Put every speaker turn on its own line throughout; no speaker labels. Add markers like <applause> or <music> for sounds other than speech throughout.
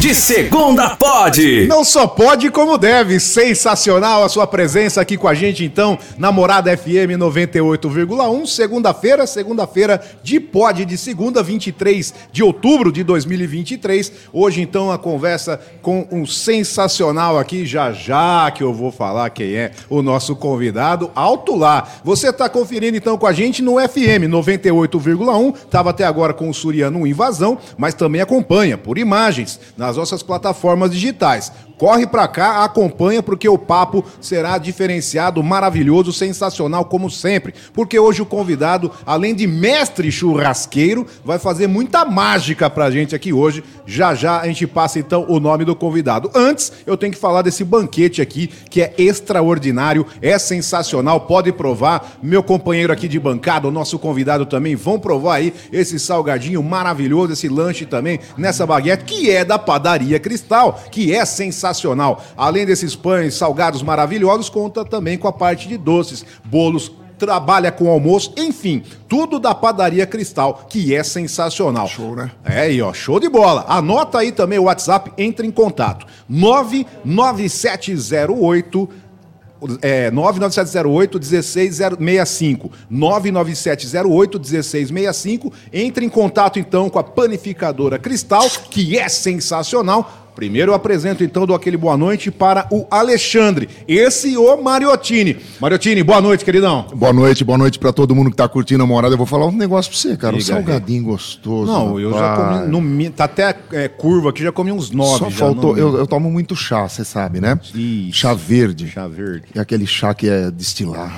De segunda pode.
Não só pode, como deve. Sensacional a sua presença aqui com a gente, então, Namorada FM 98,1, segunda-feira, segunda-feira de pod, de segunda, 23 de outubro de 2023. Hoje, então, a conversa com um sensacional aqui, já já que eu vou falar quem é o nosso convidado. Alto lá. Você está conferindo, então, com a gente no FM 98,1, estava um. até agora com o Suriano Invasão, mas também acompanha por imagens nas nossas plataformas digitais. Corre para cá, acompanha, porque o papo será diferenciado, maravilhoso, sensacional, como sempre. Porque hoje o convidado, além de mestre churrasqueiro, vai fazer muita mágica pra gente aqui hoje. Já já a gente passa então o nome do convidado. Antes, eu tenho que falar desse banquete aqui, que é extraordinário, é sensacional, pode provar. Meu companheiro aqui de bancada, o nosso convidado também, vão provar aí esse salgadinho maravilhoso, esse lanche também, nessa baguete, que é da padaria Cristal, que é sensacional sensacional. Além desses pães salgados maravilhosos, conta também com a parte de doces, bolos, trabalha com almoço, enfim, tudo da padaria Cristal, que é sensacional.
Show, né?
É aí, ó, show de bola. Anota aí também o WhatsApp, entre em contato. 99708 é, 99708-1665. 99708-1665. Entre em contato então com a panificadora Cristal, que é sensacional. Primeiro eu apresento então, dou aquele boa noite para o Alexandre, esse o Mariottini. Mariottini, boa noite, queridão.
Boa noite, boa noite pra todo mundo que tá curtindo a morada. Eu vou falar um negócio pra você, cara. Um
Diga aí.
salgadinho gostoso.
Não, eu já
rapaz.
comi, no, mi- tá até é, curva aqui, já comi uns nove.
Só
já,
faltou.
não-
Eu, eu tomo muito chá, você sabe, né?
Isso.
Chá verde.
Chá verde.
É aquele chá que é destilado,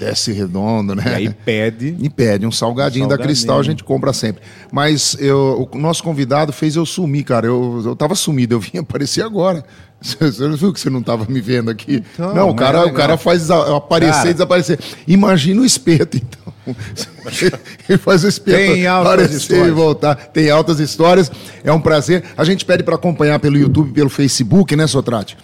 desce redondo, né?
E aí pede.
E pede um salgadinho,
Um
da Cristal, a
salgadinho.
gente compra sempre. Mas eu, o nosso convidado fez eu sumir, cara. Eu, eu tava sumido, eu vim aparecer agora. <laughs> Você não viu que você não tava me vendo aqui?
Então,
não, o
mas
cara,
é
o cara
legal.
faz a- aparecer
Cara.
e desaparecer. Imagina o espeto, então. <laughs> Ele faz o espeto
Tem altas
aparecer e
histórias.
voltar. Tem altas histórias. É um prazer. A gente pede para acompanhar pelo YouTube, pelo Facebook, né, Sotrate?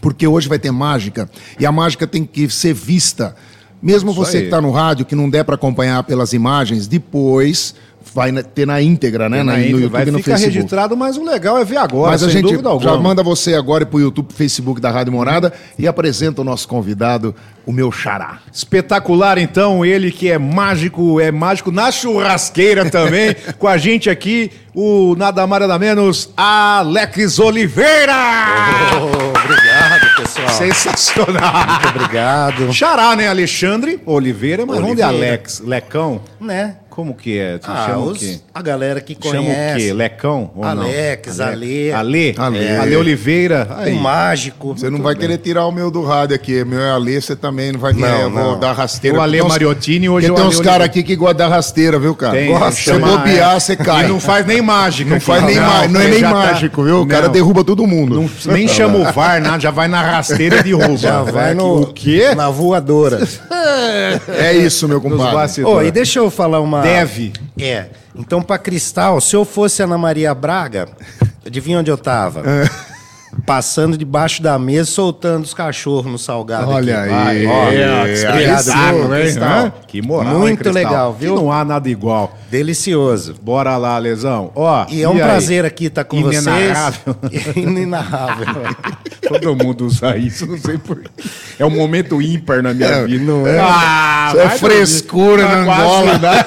porque hoje vai ter mágica e a mágica tem que ser vista. Mesmo
Isso
você
aí.
que está no rádio, que não der para acompanhar pelas imagens, depois vai na- ter na íntegra, né?
Né,
Na, no YouTube
vai
e no
ficar
Facebook.
registrado, mas o legal é ver agora,
Mas a
sem
gente
dúvida alguma.
já manda você agora pro YouTube, pro Facebook da Rádio Morada e apresenta o nosso convidado, o meu xará.
Espetacular, então, ele que é mágico, é mágico na churrasqueira
<laughs>
também, com a gente aqui, o nada mais nada menos, Alex Oliveira!
Oh, obrigado, pessoal.
Sensacional!
Muito obrigado.
Xará, né, Alexandre Oliveira, mas onde é
Oliveira.
Alex? Lecão?
Né?
Como que é? Te
Ah,
chama o
os-
quê?
a galera que
Chama o quê?
conhece.
Lecão ou não?
Alex, Ale. É,
Ale. É. Ale,
Ale.
Ale Oliveira.
o
Aí.
mágico.
Você não vai querer tirar o meu do rádio aqui. Meu é Alê, você também não vai querer.
Não,
eu vou
não.
dar rasteira.
O Alê
Tem uns-
Mariottini, hoje
porque
é o
tem
Alê
uns caras
Oliveira.
aqui que gostam da rasteira, viu, cara?
Tem,
Gosta.
tem
Se
chamar,
bobear,
é.
você cai.
E não faz nem mágica.
Não faz nem má- não é nem mágico, viu? O cara derruba todo mundo.
Não, tá- nem chama o VAR, nada, já vai na rasteira e derruba.
Já vai no,
é O quê?
na voadora.
<laughs> É isso, meu
Nos
compadre.
bastidores.
<laughs> Ô, e deixa eu falar uma.
Deve.
É. Então, pra Cristal, se eu fosse Ana Maria Braga, adivinha onde eu tava? Passando debaixo da mesa, soltando os cachorros no salgado.
Olha
aqui.
aí.
Vai, ó,
É,
obrigado,
saco,
viu,
hein?
Cristal?
Hã? Que moral, hein,
Muito
Cristal?
legal,
Que
viu?
não há nada igual.
Delicioso.
Bora lá, Lesão. Ó,
E é um
aí?
prazer aqui estar com
Inenarrável.
vocês. <laughs> Inenarrável.
<laughs> Todo mundo usa isso, não sei porquê. É um momento ímpar na minha vida.
não é.
Ah,
Isso é
vai dormir.
frescura
Tá
na
quase
Angola.
nada.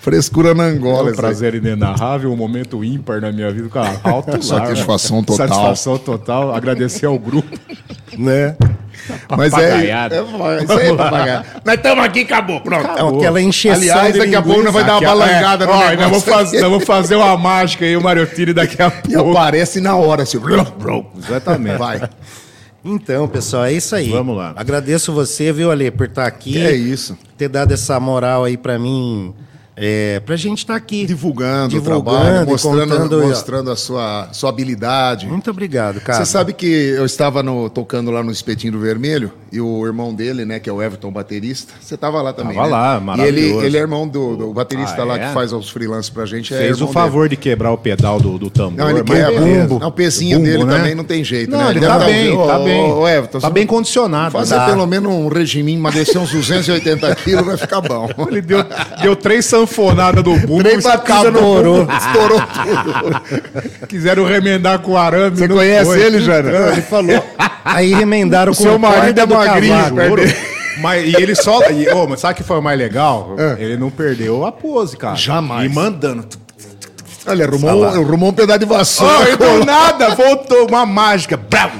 Frescura na Angola.
É um
isso
prazer inenarrável, um momento ímpar na minha vida. Cara, alto lá,
<laughs> Satisfação
mano.
total.
Satisfação total. Agradecer ao grupo. Tá
né?
aí. Mas é,
Papagaiada.
é, isso aí é papagaiada. Nós estamos aqui, acabou. Pronto.
É Aquela encheção
Aliás,
de
daqui a pouco
linguiça.
nós vai dar uma
Aquela-
balangada
é,
no
ó,
negócio.
nós vamos fazer, nós vamos fazer uma mágica aí, o Mariotini daqui a
E
pouco.
aparece na hora, assim. <laughs>
Exatamente.
Vai.
Então, pessoal, é isso aí.
Vamos lá.
Agradeço você, viu, Ale, por estar aqui.
É isso.
Ter dado essa moral aí pra mim. É, pra gente estar aqui.
Divulgando,
Divulgando
o trabalho,
e
mostrando,
contando-
mostrando a sua, sua habilidade.
Muito obrigado, cara.
Você sabe que eu estava no- tocando lá no Espetinho do Vermelho e o irmão dele, né, que é o Everton, baterista, você estava lá também.
Tava
né?
lá,
E
maravilhoso.
ele, ele é irmão do, do baterista
Ah,
lá
é?
que faz os freelance pra gente. é
Fez o
irmão
favor de quebrar o pedal do, do tambor.
Não, ele
mas
quebra.
beleza.
Não, o pezinho
Bumbo,
dele
né?
também não tem jeito, né?
Não, ele
Deve
tá
tá
bem,
ouvindo.
tá
Ô,
bem.
ô, Everton,
tá
você
bem
não- dele.
condicionado. tá.
Fazer
Dá. <laughs>
pelo menos um regiminho, emagrecer uns 280 quilos, vai ficar bom. <laughs>
Ele deu, deu três São sanfonada do bumbo,
Três batidas no
estourou.
bumbo,
<laughs>
estourou tudo.
Quiseram remendar com arame.
Você
não
conhece
foi.
ele, Jana?
<laughs>
Não, ele falou. Aí remendaram
O
com
seu
o corte
marido é
do
magrinho,
cavalo.
perde-
Ouro. né? Mas, e ele só. E, ô, mas sabe o que foi o mais legal? Ele não perdeu a pose, cara.
É. Jamais.
E mandando.
Olha, arrumou, um- arrumou um pedaço de
Oh,
vassoura.
e do nada, voltou uma mágica. Brau!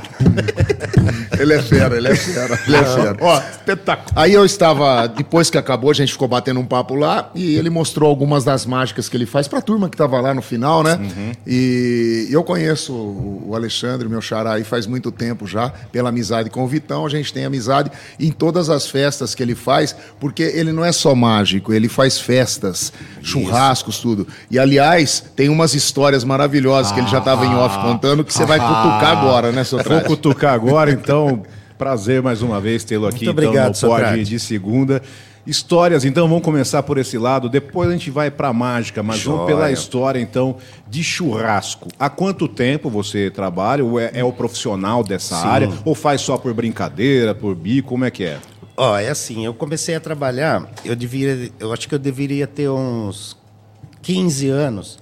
ele é fera, ele é fera, ele é fera.
Ó, espetáculo.
Aí eu estava, depois que acabou, a gente ficou batendo um papo lá e ele mostrou algumas das mágicas que ele faz pra turma que tava lá no final, né?
Uhum.
E eu conheço o o Alexandre, meu xará, aí faz muito tempo já, pela amizade com o Vitão, a gente tem amizade em todas as festas que ele faz, porque ele não é só mágico, ele faz festas, churrascos, tudo. E aliás, tem umas histórias maravilhosas que ele já tava em
Ah.
off contando que você vai cutucar agora, né,
É,
Vou
Sotrate?
cutucar agora, então. Prazer mais uma vez tê-lo aqui.
Muito
então,
obrigado,
no Pode
Socrate.
de segunda. Histórias, então vamos começar por esse lado. Depois a gente vai pra mágica, mas vamos
Joia.
pela história, então, de churrasco. Há quanto tempo você trabalha? Ou é, é o profissional dessa área? Ou faz só por brincadeira, por bico? Como é que é?
Ó, é assim, eu comecei a trabalhar, eu devia, eu acho que eu deveria ter uns 15 anos.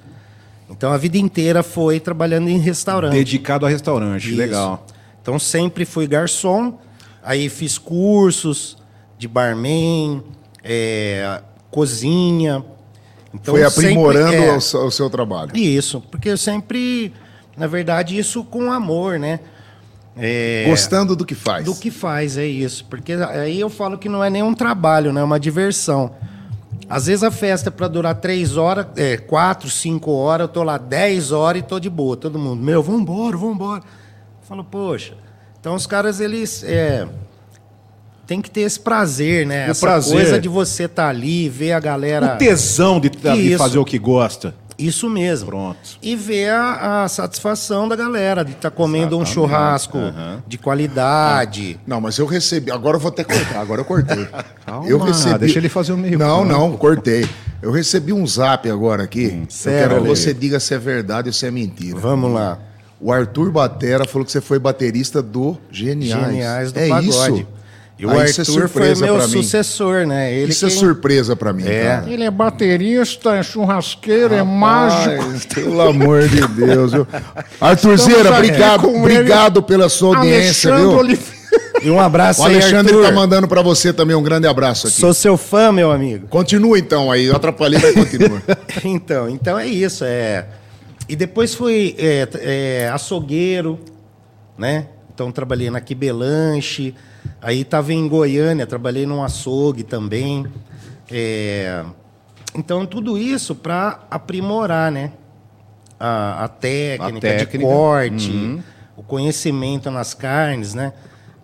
Então a vida inteira foi trabalhando em restaurante.
Dedicado a restaurante,
Isso.
legal.
Então sempre fui garçom, aí fiz cursos de barman, é, cozinha. Então,
Foi
sempre-
aprimorando
é,
o seu- o seu trabalho.
Isso, porque eu sempre, na verdade, isso com amor, né? É,
Gostando do que faz.
do que faz, é isso. Porque aí eu falo que não é nem um trabalho, né? É uma diversão. Às vezes a festa é pra durar três horas, é, quatro, cinco horas, eu tô lá dez horas e tô de boa. Todo mundo, meu, vambora, vambora. Eu falo, poxa. Então os caras, eles. É, tem que ter esse prazer, né?
O
Essa
prazer.
coisa de você estar ali, ver a galera.
O tesão de, tá de
Isso.
fazer o que gosta.
Isso mesmo.
Pronto.
E ver a, a satisfação da galera de estar comendo um
Exatamente.
churrasco
Aham.
de qualidade.
Não, mas eu recebi. Agora eu vou até cortar. Agora eu
<laughs>
cortei.
Calma,
eu recebi.
deixa ele fazer o meio.
Não, não, cortei. Eu recebi um zap agora aqui.
sério,
eu quero que
Ale?
você diga se é verdade ou se é mentira.
Vamos lá.
O Arthur Batera falou que você foi baterista do Geniais.
Geniais do
é
Pagode.
Isso?
E o
Aí isso é
Arthur foi
surpresa
meu
pra mim.
sucessor, né? Ele
Isso é
quem-
surpresa pra mim. tá?
É.
cara.
Ele é baterista, é churrasqueiro, é mágico.
Ai, pelo amor de Deus, viu? Arthurzeira,
aqui
obrigado,
com ele,
obrigado pela sua audiência,
Alexandre
viu?
Oliveira.
E um <laughs> abraço
O
aí,
Alexandre
Arthur.
tá mandando pra você também um grande abraço aqui.
Sou seu fã, meu amigo. <laughs>
Continua então aí, eu atrapalhei, mas continua.
então, então é isso. É... E depois fui é, t- é, açougueiro, né? Então trabalhei na Quibelanche, aí estava em Goiânia, trabalhei num açougue também. É, Então tudo isso para aprimorar, né? A, a técnica, de
técnica.
corte,
Uhum.
o conhecimento nas carnes, né?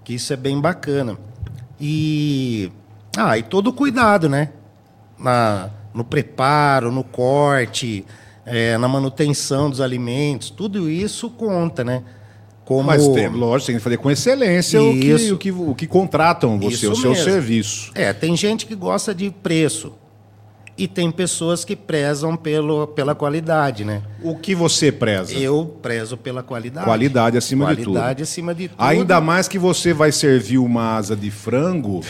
Que isso é bem bacana. E ah, e todo o cuidado, né? na- no preparo, no corte, eh, na manutenção dos alimentos, tudo isso conta, né? Como
Mas tem, lógico, tem que fazer com excelência o que,
Isso.
o, que, o que contratam você,
Isso
o seu
mesmo.
serviço.
é, tem gente que gosta de preço e tem pessoas que prezam pelo, pela qualidade, né?
O que você preza?
Eu prezo pela qualidade.
Qualidade acima de tudo.
Qualidade acima de tudo.
Ainda mais que você vai servir uma asa de
<laughs>
frango.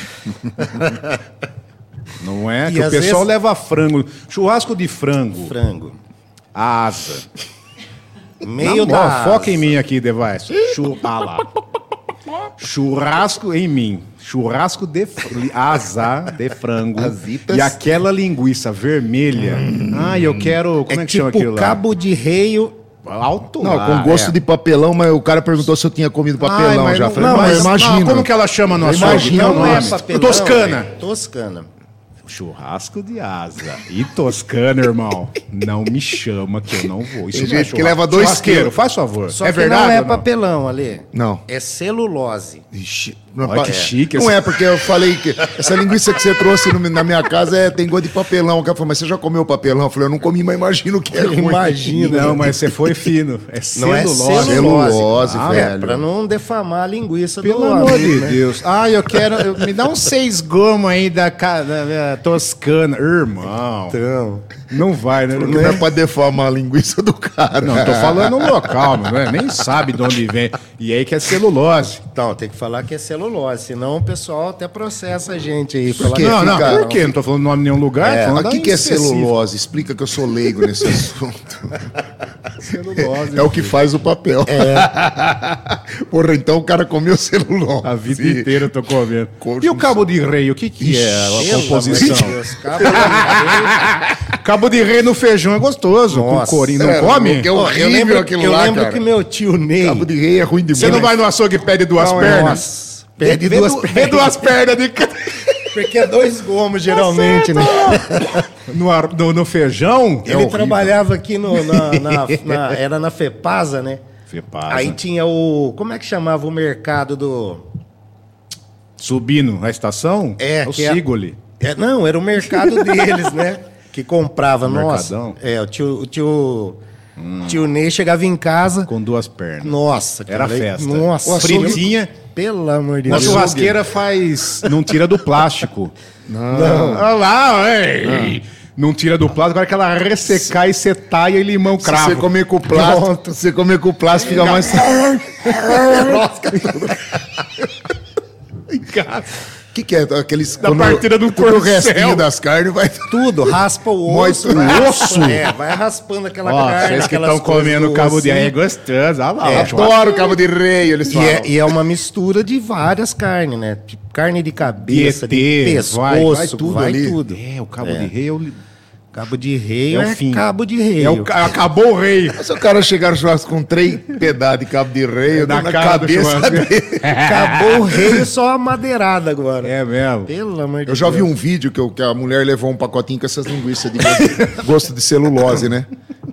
Não é?
E
Que o
às
pessoal
vezes-
leva frango. Churrasco de frango.
frango.
A asa.
Meio
Na moral,
da
Foca em mim aqui, Devais. Chu... Ah lá. Churrasco em mim. Churrasco de fr- asa de frango.
Asitas.
E aquela linguiça vermelha. Ai, eu quero. Como Hum. é,
é
que chama
tipo
aquilo lá?
cabo de reio
Alto
<laughs> Não,
lá,
com gosto
é.
de papelão, mas o cara perguntou se eu tinha comido papelão
Ai, mas
já.
não-
Falei,
não,
mas,
mas-
imagina.
não, como que ela chama no
Eu
açougue?
imagino
Não, né?
o
Não
nome.
é
Nossa,
papelão.
um Toscana.
é toscana.
Churrasco de asa e toscana, irmão. Não me chama que eu não vou. Isso
Tem
não é
gente que
churrasco.
leva dois
Churrasqueiro,
quilos.
faz favor.
Só que não é
ou
papelão, Ale.
Não.
É celulose.
Ixi, não
Olha
pa-
que chique
Não
essa-
é, porque eu falei que essa linguiça que você trouxe no- na minha casa é, tem gosto de papelão. O cara falou, mas você já comeu papelão? Eu falei, eu não comi, mas imagino o que é ruim.
Imagina. né? Não, mas você foi fino. É
Não é
celulose.
celulose.
Celulose,
Ah,
velho.
É, pra não defamar a linguiça
Pelo
do
amor
amigo,
de
né?
Deus. Ah, eu quero. eu-
é.
me dá um seis gomo aí da, ca- da- da toscana. Irmão.
<laughs> Então,
Não vai, né?
Não é pra defamar a linguiça do cara.
Não, tô falando o local, mano. né? Nem sabe de onde vem. E aí que é celulose.
Então, tem que falar que é celulose, senão o pessoal até processa a gente aí.
Por
Falar
quê?
que-
não, não,
fica-
por quê? Não tô falando nome de nenhum lugar.
É,
tô Tá falando
mas o que,
da
que é
específica.
celulose? Explica que eu sou leigo
<laughs>
nesse assunto.
Celulose. É.
É o que faz o papel. <laughs> Porra, então o cara comeu celulose.
A vida inteira eu tô comendo.
Coxa
E o
no
cabo de rei, o que que é a
Pelo
composição?
amor de Deus,
<laughs>
cara.
Cabo de rei no feijão é gostoso,
Nossa,
com corinho. Não
é,
come?
porque eu-
Pô, eu
Horrível
lembro,
aquilo
eu
lá,
lembro
cara.
que meu tio Ney.
Cabo de rei é ruim demais.
Você não vai no açougue e pede duas
Não, é-
pernas?
Nossa,
Pede
vê
duas
du-
pernas.
vê duas
pernas de ca-
Porque é dois gomos, geralmente, né?
no, ar- no, no feijão?
<laughs>
É
Ele trabalhava aqui no,
<laughs>
na, na- na- Era na FEPASA, né?
Fepasa.
Aí tinha o. Como é que chamava o mercado do.
Subindo a estação?
É,
o
que é-
Sigoli.
É, não, era
<laughs>
o mercado deles, né? Que comprava, nossa.
mercadão?
É, o tio. O tio, tio Ney chegava em casa.
Com duas pernas.
Nossa, cara.
Era
aí-
festa.
Nossa,
O açougue- Fritinha.
Pelo amor de
Na
Deus.
churrasqueira faz. Não tira do plástico. Não. Olha lá, ei. Não tira do plástico, agora que ela ressecar e você taia e limão
Se
<laughs>
você
cravo.
comer com o plástico, se você comer com o plástico fica mais... <laughs> O que, que é? Aqueles, da
partida do
quando o
corcel.
restinho das carnes vai...
Tudo, raspa o
Mói
osso.
tudo.
raspa,
Osso?
É, vai raspando aquela
Ó,
carne.
vocês que
aquelas
estão
coisas
comendo
do
cabo de
ossinho.
rei é gostoso. Olha lá,
É,
ó, churrasco.
Adoro o cabo de rei, eles
E
falam.
é, e é uma mistura de várias carnes, né? De carne de cabeça, de,
Tietê,
pescoço,
vai,
vai,
vai
tudo.
tudo ali.
É, o cabo de rei é o,
Cabo de rei
é
é,
o fim.
cabo de rei.
é o ca- Acabou o rei.
Se o cara chegar no churrasco com três pedaços de cabo de rei, eu dou
Na
na,
cara do
cabeça
churrasco.
dele.
<laughs> Acabou o rei é só a madeirada agora.
É mesmo.
Pelo amor de
Eu já vi
Deus.
um vídeo que, eu- que a mulher levou um pacotinho com essas linguiças de
<laughs>
gosto, gosto de celulose, né?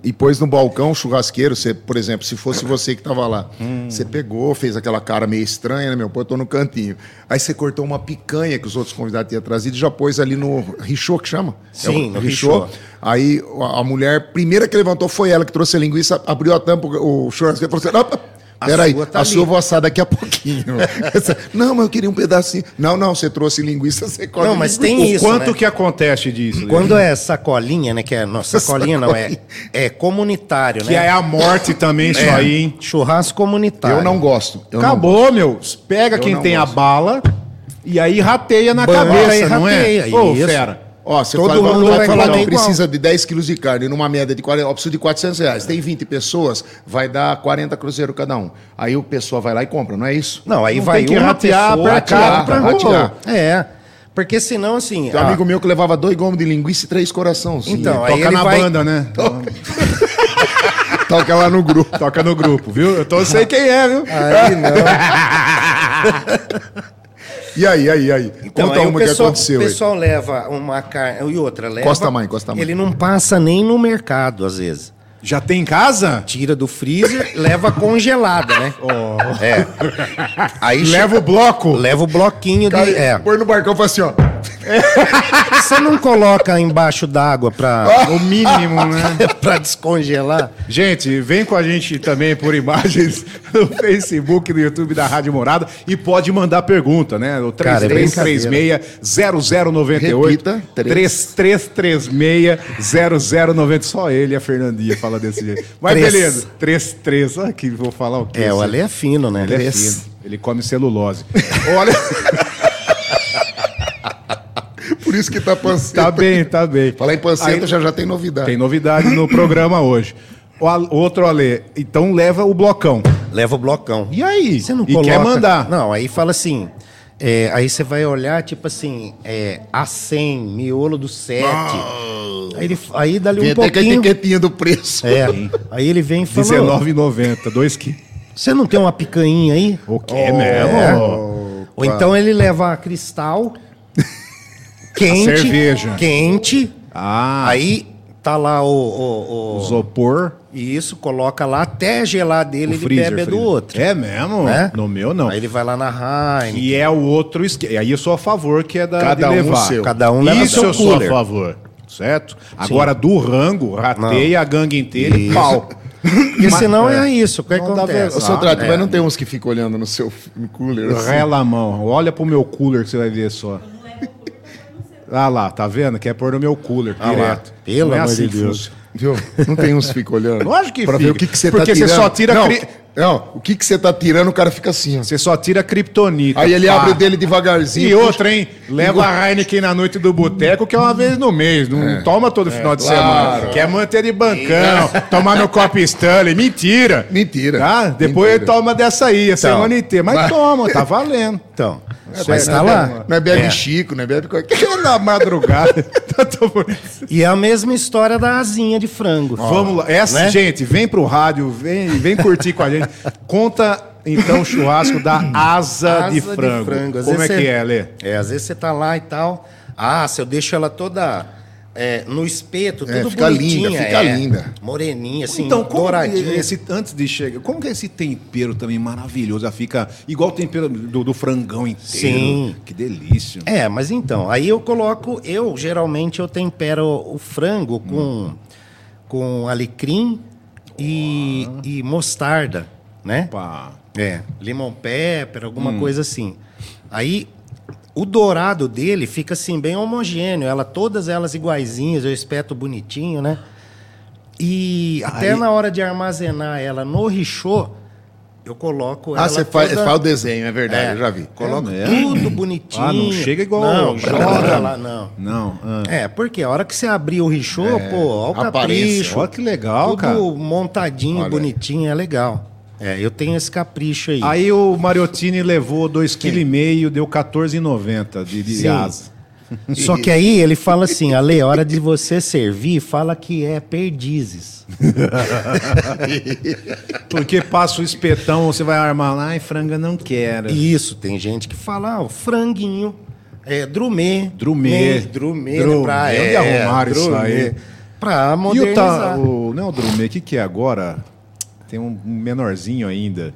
E pôs no balcão churrasqueiro, você, por exemplo, se fosse você que tava lá,
Hum.
você pegou, fez aquela cara meio estranha, né, meu? Pô, eu tô no cantinho. Aí você cortou uma picanha que os outros convidados tinham trazido e já pôs ali no richô, que chama? É
Sim,
o
no
richô.
richô.
Aí a a mulher, primeira que levantou foi ela que trouxe a linguiça, abriu a tampa, o churrasqueiro falou assim: opa,
A
peraí,
sua tá
a
ali."
sua eu vou assar daqui a
<laughs>
pouquinho. Essa, não, mas eu queria um pedacinho. Não, não, você trouxe linguiça, você come.
Não, mas
linguiça."
tem
o
isso,
quanto
né?
que acontece disso?
Quando é sacolinha, né? Que é,
<laughs>
não, sacolinha não, é, é comunitário,
Que
né? É.
é a morte também, isso aí, hein?
Churrasco comunitário.
Eu não gosto. É. Eu não
Acabou, meu. Pega quem
não
tem a
gosto.
bala e aí rateia na
Banca
cabeça,
e
não é?
rateia,
Ô,
isso.
fera.
Ó, você
Todo
fala,
mundo
mundo
vai
vai falar,
comer
não,
igual.
precisa de 10 quilos de carne, numa média de 40, eu preciso de 400 reais. Tem 20 pessoas, vai dar 40 cruzeiro cada um. Aí o pessoal vai lá e compra, não é isso?
Não, aí
Não
vai um-
tem que
uma
ratear
pessoa
pra cá,
atirar,
pra
atirar.
rua. É, porque senão assim...
<laughs> Tem um
ah,
amigo meu que levava dois gomos de linguiça e três coraçãozinhos.
Então, aí
Toca
ele
na
vai-
banda,
<laughs>
né? <laughs>
toca lá no grupo.
Toca no grupo, viu? Eu tô sei quem é, viu? <laughs>
Aí não.
E aí, aí, aí?
Então,
Conta
aí
uma
o pessoal,
que aconteceu
o
aí.
pessoal leva uma carne e outra leva.
Costa mãe, costa mãe.
Ele não passa nem no mercado, às vezes.
Já tem em casa?
Tira do freezer, leva
<laughs>
congelada, né? É. Aí
Oh. Leva o bloco.
leva o bloquinho de.
Cara,
<laughs>
É.
Põe no barcão e fala assim, ó. <laughs>
Você não coloca embaixo d'água
<laughs>
pra,
Ah.
O mínimo, né? <laughs>
pra descongelar?
Gente, vem com a gente também por imagens <laughs> no Facebook, no YouTube da Rádio Morada e pode mandar pergunta, né? O
Cara, é brincadeira.
3336-0098.
Repita,
3336-0098. Só ele e a Fernandinha fala desse jeito. Mas
Três.
beleza. 33. Aqui, vou falar o quê?
É, o Ale é fino, né?
Ele é fino. Ele come celulose. Olha,
Por isso que tá panceta.
tá bem, tá bem.
Falar em panceta
Aí-
já já tem novidade.
Tem novidade no programa hoje. O Al- outro Ale, então leva o blocão.
Leva o blocão.
E aí?
Você não
e
coloca.
quer mandar.
Não, aí fala assim. é, aí você vai olhar, tipo assim, é, A100, miolo do 7.
Ah.
Aí, ele, aí dali
Tem
um
Ah. até que a
pouquinho.
etiquetinha do preço. <laughs>
É, aí ele vem e fala:
R$19,90, 2 quilos.
"Ô, Você não tem uma picanha aí?
O É, que mesmo?
Ou então ele leva a cristal quente.
<laughs> A cerveja.
Quente.
Ah,
Aí tá lá o. o, o-
isopor,
Isso, coloca lá até gelar
o
dele, ele
freezer.
bebe do
freezer.
outro.
É mesmo?
Né?
No meu, não.
Aí ele vai lá na Heineken.
E é o outro esquema. Aí eu sou a favor que é da
Cada
de
um
levar.
seu.
Cada um leva
Isso
seu
eu sou a
cooler.
favor, certo? Agora, do rango, rateia a gangue inteira e pau.
Porque senão é isso, o que
Não dá
acontece?
Ô,
Exato,
seu Trato,
é.
Ah, mas não tem uns que ficam olhando no seu cooler assim?
Rela a mão. Olha pro meu cooler que você vai ver só. Ah lá, tá vendo? Quer pôr no meu cooler,
Ah lá,
direto.
pelo
Não é
amor
assim
de
que
Deus.
funciona.
Viu? Não tem uns que ficam olhando.
Lógico que
Pra
fica.
ver o que, que você
Porque
tá
você
tirando.
só tira
Não,
cri-
não, o que, que você tá tirando, o cara fica assim, ó.
Você só tira kriptonita.
Aí ele
pá.
abre o dele devagarzinho.
Ah. E outra, hein? Leva
Igual-
a Heineken na noite do boteco, que é uma vez no mês. Não
É.
toma todo final de
claro.
semana. Quer manter de bancão, <laughs> tomar no copo Stanley. Mentira.
Mentira.
Tá? Depois
Mentira.
toma dessa aí, a semana inteira. Mas
Mas-
toma, tá valendo.
<laughs> Então,
Não é
mas
bebe-
tá
não é
lá.
bebe- Não é bebe
É.
Chico, não é bebe qualquer.
Na madrugada. <laughs> Tá tomando-
E é a mesma história da asinha de frango.
Vamos lá. Essa,
né?
gente, vem pro rádio, vem, vem curtir com a gente. Conta, então, o churrasco da asa,
Asa
de
de
frango.
frango. Às
Como é
vezes
que
você-
é, Lê?
É, às vezes você tá lá e tal. Ah, se eu deixo ela toda é, no espeto,
É,
tudo
fica
bonitinha.
linda, fica
é,
linda.
Moreninha, assim,
Então, como que
douradinha.
esse, antes de chegar, como que é esse tempero também maravilhoso? Já fica igual o tempero do, do frangão inteiro.
Sim.
Que delícia.
É, mas então, aí eu coloco, eu geralmente eu tempero o frango com,
Hum.
com alecrim e, e mostarda, né?
Opa.
É, limão pepper, alguma
Hum.
coisa assim. Aí o dourado dele fica assim bem homogêneo, ela todas elas iguaizinhas, eu espeto bonitinho, né? E até
Aí-
na hora de armazenar ela no richô, eu coloco ela
Ah, você faz,
toda-
faz o desenho, é verdade,
É.
eu já vi.
Coloco
É mesmo?
tudo bonitinho.
Ah, não chega igual-
Não, joga lá, não.
Não. ah.
É, porque a hora que você abrir o richô,
É,
pô, ó o
aparência.
capricho.
Olha que legal,
tudo
tá, cara.
montadinho,
Olha aí.
bonitinho, é legal. É, eu tenho esse capricho aí.
Aí o Mariottini levou 2,5 kg, deu 14,90 de, de
Sim.
asa.
Só que
<laughs>
aí ele fala assim, Ale, a hora de você servir, fala que é perdizes.
Porque passa o espetão, você vai armar lá e franga não quero.
E Isso, tem gente que fala, ah, o franguinho, é, drumê.
Drumê.
né, Drumê,
Drumê.
né, pra,
Onde
é,
arrumaram isso aí?
Pra
E o, ta,
modernizar.
o não é o Drumê, o que, que é agora? Tem um menorzinho ainda.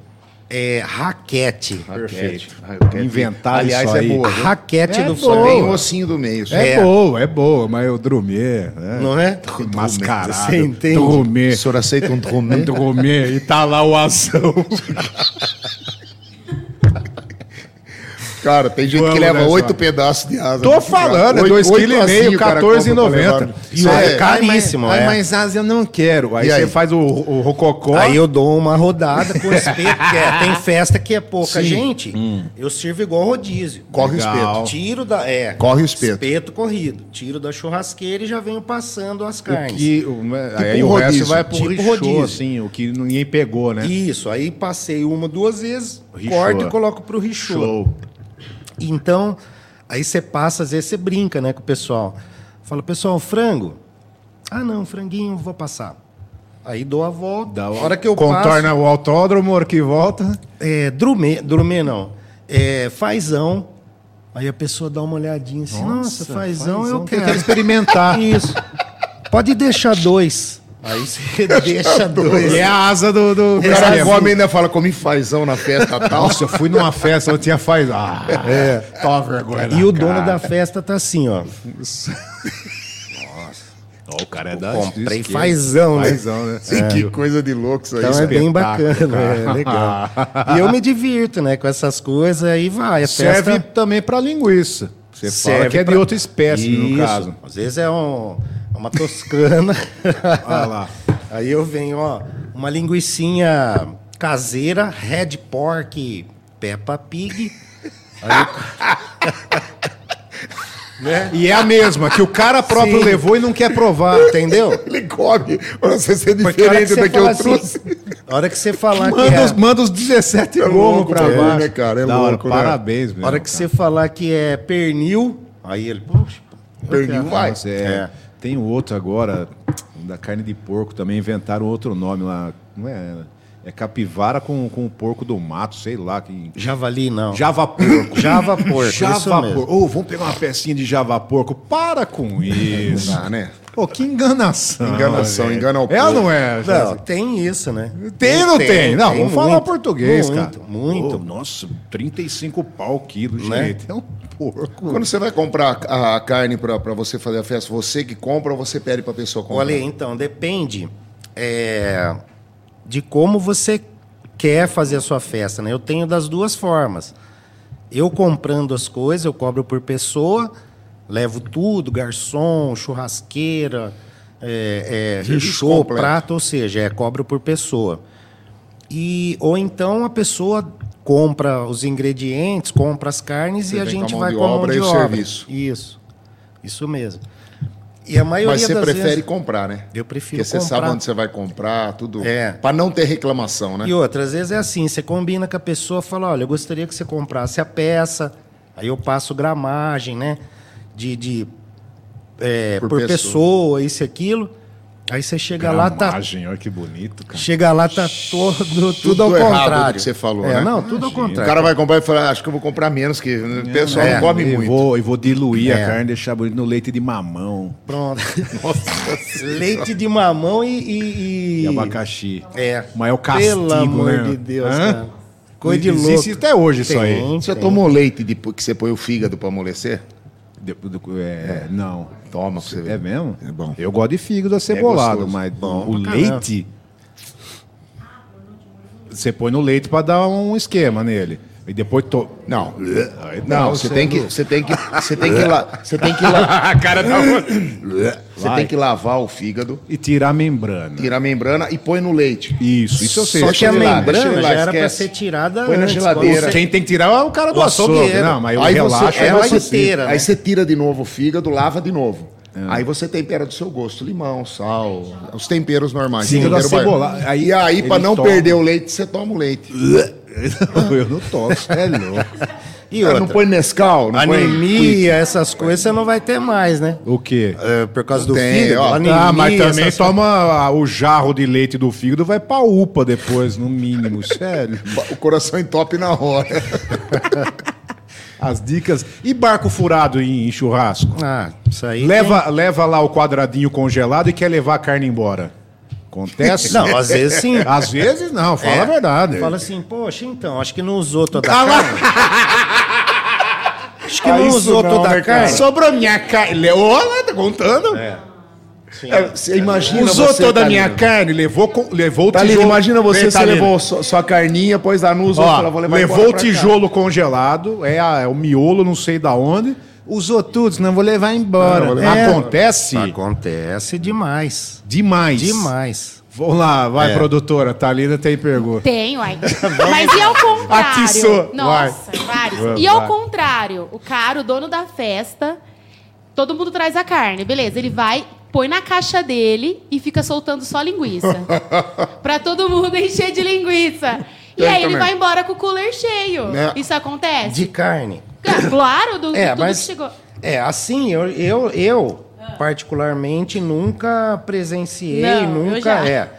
É, raquete.
Perfeito.
Ah, eu quero-
Inventar
Aliás,
isso aí.
é
A
boa. viu?
raquete
É
do
boa.
Só tem o
frango.
ossinho do meio. só.
É,
É.
boa, é boa, mas o Drumê. Né?
Não é?
Mascarado.
Você entende?
Drumê.
O senhor aceita um
<laughs>
tromê?
Drumê. E tá lá o ação.
Cara, tem gente
Vamos
que leva
nessa.
oito pedaços de asa. né?
Tô falando, é
Oito-
dois
oito
quilos e meio,
asinhos o cara compra pra
14,90.
levar.
E
Isso
o-
é,
cara- Caríssimo,
Ai,
é.
mas asa eu não quero. Aí,
E
você
aí?
faz o, o rococó.
Aí eu dou uma rodada com espeto, que é, tem festa que é pouca
Sim.
gente,
Hum.
eu sirvo igual rodízio.
Corre
Legal.
o espeto.
Tiro da. É.
Corre o espeto.
Espeto corrido. Tiro da churrasqueira e já venho passando as
o
carnes.
que, o- né, aí
um
o resto
rodízio.
vai pro
Tipo
richô,
rodízio.
assim, o que ninguém pegou, né?
Isso, aí passei uma, duas vezes,
Richô.
corto e coloco pro richô. Então, aí você passa, às vezes você brinca, né, com o pessoal. Fala, pessoal, frango? Ah, não, franguinho, vou passar. Aí dou a volta.
Dá
a
o-
hora que eu passo...
Contorna o autódromo, a hora que volta.
É, drumê, drumê não. É, fazão. Aí a pessoa dá uma olhadinha assim, nossa, fazão, eu
que
quero.
experimentar.
<laughs> Isso. Pode deixar dois. Aí você <laughs> deixa dois.
E é a asa do. do
O cara
esquema.
come e ainda fala, comi fazão na festa
<laughs>
tal.
Nossa, eu fui numa festa, eu tinha faz. Ah, é. Toma vergonha.
E
na
o dono
cara.
da festa tá assim, ó.
Ó, o cara é da.
Comprei
esquerda.
fazão, né?
Fazão, né?
que coisa de louco isso aí.
Então é bem
espetáculo,
bacana,
cara.
é legal. E eu me divirto, né, com essas coisas, aí vai. A
Serve
festa
também pra linguiça. Você fala que é de
pra-
outra espécie, no
Isso.
caso.
Às vezes é um-
<laughs>
uma toscana.
Olha lá.
Aí eu venho, ó, uma linguiçinha caseira, red pork, Peppa Pig. <laughs>
E é a mesma, que o cara próprio
Né? Sim.
levou e não quer provar.
Entendeu?
Ele come. Nossa, isso é
Porque a hora que
diferente
você
da que
fala
eu
assim-
trouxe.
a hora que você falar que
Manda
é,
os, manda os 17
É
gomos
louco
pra
mesmo,
baixo.
né, cara? É
Da hora,
louco, né?
Parabéns, meu.
a hora que você falar que é pernil, aí ele, puxa,
Pernil vai.
Nossa, é.
É.
Tem o outro agora, da carne de porco também, inventaram outro nome lá. Não é? É capivara com, com o porco do mato, sei lá. Que...
javali não.
Java porco.
Java porco, isso
Java
mesmo.
porco. Ô, vamos pegar uma pecinha de java porco. Para com isso.
Ah, né?
Pô, que enganação.
Enganação,
velho.
engana o
É ou
povo.
não é?
Não, tem isso, né?
Tem ou não tem? Não, vamos falar
muito,
português,
muito,
cara.
Muito,
Ô, nossa, 35 pau o quilo,
Né?
gente. É um porco.
Quando você vai comprar a, a carne pra, pra você fazer a festa, você que compra ou você pede pra pessoa comprar?
Olha, então, depende é, de como você quer fazer a sua festa, né? Eu tenho das duas formas. Eu comprando as coisas, eu cobro por pessoa, Levo tudo, garçom, churrasqueira, é, é,
Serviço
richô,
completo.
prato, ou seja, é cobro por pessoa. E, ou então a pessoa compra os ingredientes, compra as carnes
Você
e a
vem com a
gente
mão
vai
de
com a mão
obra
de
e o
obra.
serviço.
Isso, isso mesmo. E a maioria
Mas você
das
prefere
vezes...
comprar, né?
Eu prefiro
Porque você
comprar.
sabe onde você vai comprar, tudo.
É.
Pra não ter reclamação, né?
E outras vezes é assim, você combina com a pessoa, fala, olha, eu gostaria que você comprasse a peça, aí eu passo gramagem, né? De, de é,
Por
por,
pessoa.
pessoa. isso e aquilo. Aí você chega lá, tá.
É Imagem, olha que bonito, cara.
Chega lá, tá todo, tudo, ao
errado do
contrário.
que você falou,
é,
né?
Não, tudo ao
O
contrário.
cara vai comprar e fala, "Ah, acho que eu vou comprar menos, que o pessoal
É,
não come
e
muito.
Vou, e vou diluir
É.
a carne, deixar bonito no leite de mamão
<laughs>
Pronto. Leite de mamão e. E,
e, abacaxi.
É.
Mas é o castigo,
Pelo amor
né?
de Deus,
Hã?
cara. Coisa de louco.
Existe até hoje isso aí.
Tem,
Você
tem.
tomou leite de, que você põe o fígado pra amolecer?
De- do- é, Não.
Toma pra você ver.
É mesmo?
É bom.
Eu gosto de fígado acebolado,
gostoso.
mas
Bom
o
pra caramba.
leite. Você põe no leite pra dar um esquema nele. E depois. To...
Não.
Aí
Não, <laughs> você
é
tem que. Você tem que. Você tem que la- Você tem que la-
<laughs>
Você tem que lavar o fígado,
E tirar a membrana.
tirar a membrana e põe no leite.
Isso, isso eu sei.
Só
Só
Porque
que
é a
Deixa ele lá, deixa
membrana
ele lá,
já era pra
esquece.
ser tirada
Põe na
antes,
geladeira.
quando você-
quem tem que tirar é o cara do
O
açougue.
açougueiro.
Não, mas eu
aí
relaxo.
você, é aí
eu
você-
faço assim.
inteira, né?
aí você tira de novo o fígado, lava de novo. Aí você tempera do seu gosto, limão, sal, os temperos normais.
Fígado
tempero baiano.
acebolado. Aí
e aí,
ele
pra não
toma.
perder o leite, você toma o
<laughs>
leite.
eu não toco, você é louco.
E
Ah,
outra,
não põe Nescau, não põe-
anemia, essas coisas você não vai ter mais, né?
O quê?
É, por causa do
Tem,
fígado,
ó.
anemia.
ah, mas também
essas-
toma ah, o jarro de leite do fígado, vai pra UPA depois, no mínimo, <laughs> sério.
O coração entope na hora.
As dicas. E barco furado em, em churrasco?
Ah, isso aí.
Leva, leva lá o quadradinho congelado e quer levar a carne embora. Acontece?
tem- Não, às vezes sim.
Às vezes não, fala
É.
a verdade.
Fala assim, poxa, então, acho que não usou toda a
Ah lá.
carne. Acho que
Ah,
não
isso
usou
não,
toda
né,
a carne.
Sobrou minha carne. Olha, tá contando?
Sim.
É, Você imagina
Usou
você,
toda a
Thalina.
minha carne, levou, com- levou o
Thalina,
tijolo.
imagina você,
Vem,
você
Thalina.
levou sua, sua carninha, pôs lá no uso,
Ó,
falou, vou levar embora
levou o
pra casa.
tijolo congelado, é, a- é o miolo, não sei da onde. Usou É. tudo, senão eu vou levar embora.
Não, eu vou levar embora.
Acontece
É. Acontece demais.
demais. É.
Demais.
Vamos lá, vai, produtora. Thalina tem pergunta.
Tem, uai. Mas e ao contrário?
Atiçou,
Nossa, vários. E
Vai.
ao contrário, o cara, o dono da festa, todo mundo traz a carne, beleza. Ele vai, põe na caixa dele e fica soltando só linguiça. pra todo mundo encher de linguiça. E
Tem
aí ele
também.
vai embora com o cooler cheio.
Né?
Isso acontece?
De carne.
Ca- Claro, do de
É,
tudo
mas.
que chegou. Ah.
É, assim, eu, eu, eu particularmente, nunca presenciei,
Não, eu
nunca
já. <laughs>
é.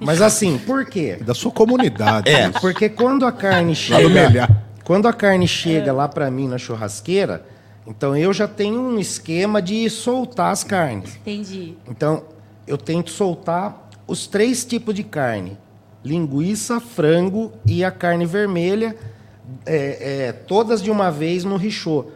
Mas assim, por quê?
Da sua comunidade.
É,
isso.
porque quando a carne
Lá do
chega,
Melhar.
quando a carne chega
Ah.
lá pra mim na churrasqueira, então eu já tenho um esquema de soltar as carnes.
Entendi.
Então eu tento soltar os três tipos de carne: linguiça, frango e a carne vermelha, é, é, todas de uma vez no richô.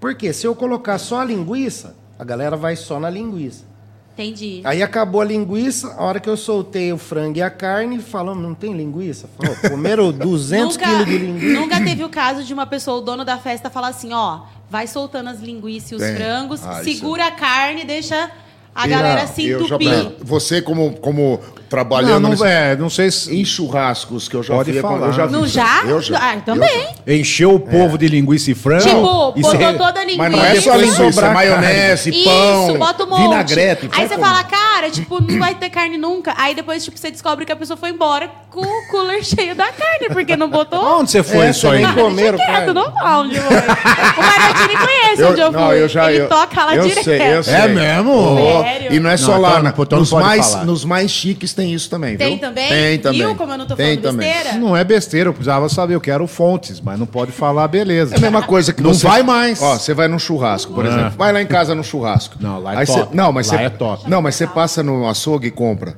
Porque se eu colocar só a linguiça, a galera vai só na linguiça.
Entendi.
Aí acabou a linguiça, a hora que eu soltei o frango e a carne, falou, não tem linguiça? Falou, comeram 200 quilos de
<laughs>
linguiça.
nunca teve o caso de uma pessoa, o dono da festa, falar assim, ó, vai soltando as linguiças e os
Tem.
frangos,
Ah, isso
segura a carne, deixa a
Tira-
galera se
eu já-
entupir.
Você, como, como
Não,
trabalhando
não,
nesse-
é, não sei se
em churrascos que eu já
Pode
fui,
falar.
eu já vi
Não
isso.
já?
Eu já.
Ah, também.
encheu o
É.
povo de linguiça e frango.
Tipo,
isso
botou
é-
toda a linguiça.
Mas não é só
Depois
linguiça,
sobrar
é
carne.
maionese,
Isso,
pão,
bota um monte.
vinagrete.
Aí você
sabe
fala, cara, tipo, não vai ter carne nunca. Aí depois, tipo, você descobre que a pessoa foi embora com o cooler cheio da carne, porque não botou.
Onde você foi
É,
isso
você
aí?
nem
Cara,
comeram
deixa quieto,
carne.
normal, onde foi. O Marotini conhece onde eu fui.
não, eu já,
Ele
eu,
toca lá
eu
direto.
Sei, eu sei.
É mesmo?
Ó,
Sério?
E não é só
Não,
lá,
então,
né?
então não
nos,
pode
mais,
falar.
nos mais chiques tem isso também, viu?
Tem também?
Tem também.
Viu como eu não tô
Tem
falando besteira?
Não é besteira, eu precisava saber, eu quero fontes, mas não pode falar, beleza.
É a mesma coisa que
Não
você-
vai mais.
Ó, você vai num churrasco, por
Ah.
exemplo. Vai lá em casa no churrasco.
Não, lá é
Aí
top.
Você... Não, mas
Lá
você...
é top.
Não, mas você passa no açougue e compra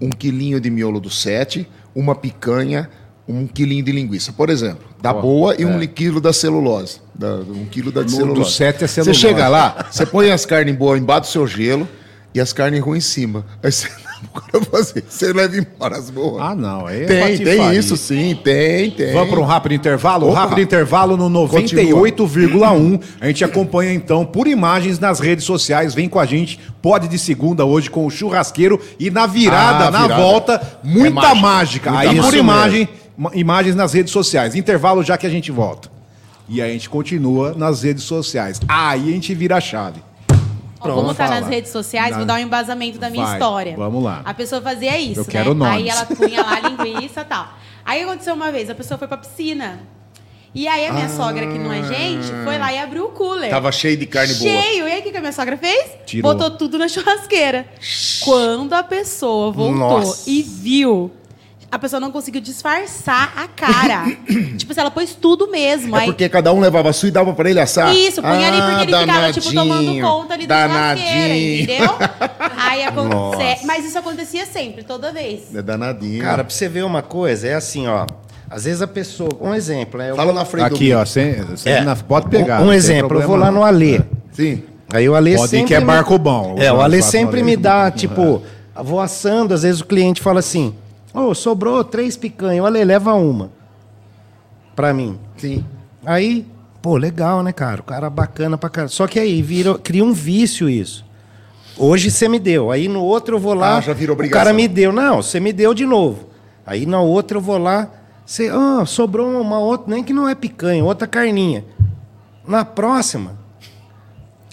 um quilinho de miolo do sete, uma picanha, um quilinho de linguiça, por exemplo. Da boa e um li- quilo da celulose. Da- Um quilo da
No-
celulose.
é. do sete é celulose.
Você <laughs> chega lá, você põe as carnes boas embaixo do seu gelo e as carnes ruins em cima. Aí você... o cara fazer, você leva embora as boas.
Ah, não. Aí é
tem, tem
patifaria.
isso sim, tem, tem.
Vamos para um rápido intervalo?
Opa.
Rápido intervalo no 98,1. A gente acompanha então por imagens nas redes sociais. Vem com a gente. Pode de segunda hoje com o churrasqueiro e na virada,
Ah,
na
virada.
volta,
É
muita
mágico.
mágica.
Muita
Aí
mágica.
por
Isso
imagem, ma- imagens nas redes sociais. Intervalo já que a gente volta. E aí a gente continua nas redes sociais. Aí a gente vira a chave.
Ó, vou botar
fala.
nas redes sociais,
Dá.
vou dar um embasamento da minha
Vai,
história.
vamos lá.
A pessoa fazia isso,
Eu quero
né?
nomes.
Aí ela punha lá a linguiça e tal. Aí aconteceu uma vez, a pessoa foi pra piscina. E aí
Ah.
a minha sogra, que não é gente, foi lá e abriu o cooler.
Tava cheio de carne boa.
Cheio. E aí o que que a minha sogra fez?
Tirou.
Botou tudo na churrasqueira. Quando a pessoa voltou
Nossa.
e viu, a pessoa não conseguiu disfarçar a
<coughs>
cara. tipo, assim, ela pôs tudo mesmo.
É
aí
porque cada um levava a sua e dava pra ele assar.
isso, punha ali porque ele ficava, tipo, tomando
Ah, danadinho,
conta ali do churrasqueiro, entendeu?
<laughs>
Aí acontece. Mas isso acontecia sempre, toda vez.
É danadinho.
Cara, pra você ver uma coisa, é assim, ó. Às vezes a pessoa. Um exemplo, né? Eu
fala
vou-
na frente
Aqui,
do...
ó. sem- sem-
É.
na- pode pegar.
Um,
não
um
tem
exemplo, eu vou
problema
lá
não. É.
no Alê.
Sim.
Aí o Alê
Pode ir
sempre.
que é
me-
barco bom.
É, o Alê
Faço
sempre
Alê.
me dá, tipo, vou assando, às vezes o cliente fala assim: Ô, sobrou três picanhas, o Alê leva uma. Pra mim.
Sim.
Aí, pô, legal, né, cara? O cara bacana pra caralho. Só que aí vira, cria um vício isso. Hoje você me deu, aí no outro eu vou lá.
Ah, já virou
o
obrigação.
cara me deu. Não, você me deu de novo. Aí na outra eu vou lá. Você, ah, sobrou uma outra, nem que não é picanha, outra carninha. Na próxima.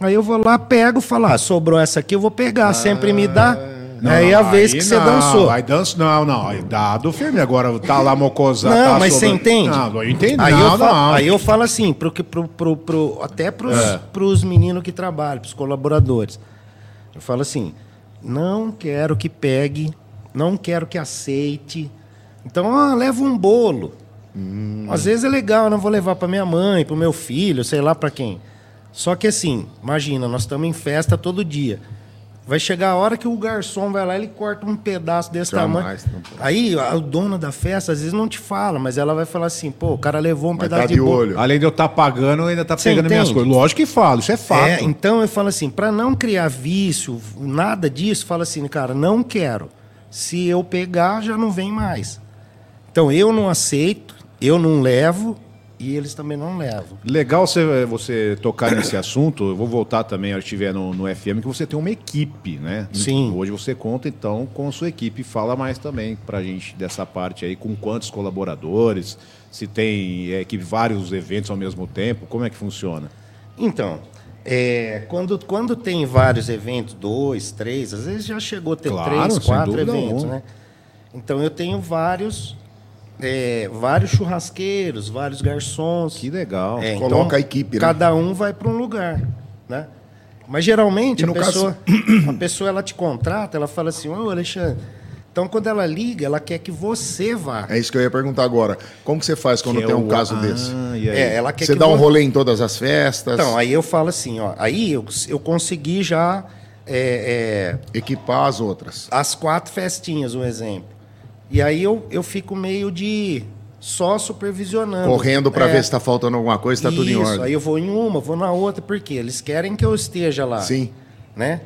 Aí eu vou lá, pego, falo, ah, sobrou essa aqui, eu vou pegar, sempre me dá.
Não,
aí
não,
É, a vez
aí
que você um
não,
dançou.
Aí dança, não, não. Aí dado firme agora, tá lá mocosado.
Não,
tá
mas você
sobrando-
entende?
Não, eu entendi.
Aí,
não,
eu falo,
não. É.
aí eu falo assim, pro, que- pro, pro, pro, até pros, pros meninos que trabalham, pros colaboradores. Eu falo assim, não quero que pegue, não quero que aceite. Então, ah, leva um bolo.
Uhum.
Às vezes é legal, eu não vou levar pra minha mãe, pro meu filho, sei lá pra quem. Só que assim, imagina, nós estamos em festa todo dia. Vai chegar a hora que o garçom vai lá e ele corta um pedaço desse
Jamais,
tamanho.
não pode.
Aí a o dono da festa às vezes não te fala, mas ela vai falar assim, pô, o cara levou um
Mas
pedaço
tá
de,
de
bolo.
olho.
Além de eu estar pagando, eu ainda tá
Você
pegando minhas
entende?
coisas. Lógico que falo, isso é fato.
É, então eu falo assim, para não criar vício, nada disso, fala assim, cara, não quero. Se eu pegar, já não vem mais. Então eu não aceito, eu não levo e eles também não levam.
Legal você, você tocar nesse assunto. Eu vou voltar também, eu estiver no, no FM, que você tem uma equipe, né?
Sim.
Hoje você conta, então, com a sua equipe. Fala mais também pra gente dessa parte aí, com quantos colaboradores, se tem é, equipe, vários eventos ao mesmo tempo, como é que funciona?
Então, é, quando, quando tem vários eventos, dois, três, às vezes já chegou a ter
Claro,
três,
sem
quatro
dúvida
eventos,
alguma.
né? Então eu tenho vários, é, vários churrasqueiros, vários garçons.
Que legal.
É,
Coloca a equipe, né?
Cada um vai para um lugar, né? Mas geralmente
E
a
no
pessoa, <coughs> a pessoa ela te contrata, ela fala assim, ô Alexandre. Então quando ela liga, ela quer que você vá.
É isso que eu ia perguntar agora. Como que você faz quando
Que é
tem um
o-
caso
Ah,
desse?
e aí?
É, ela quer
Você
que
dá um
vo-
rolê em todas as festas,
Então aí eu falo assim, ó, aí eu, eu consegui já é, é,
equipar as outras.
as quatro festinhas, um exemplo. E aí eu, eu fico meio de só supervisionando.
Correndo pra
É,
ver se tá faltando alguma coisa, tá tudo em
isso,
ordem.
aí eu vou em uma, vou na outra, porque eles querem que eu esteja lá.
Sim.
Né?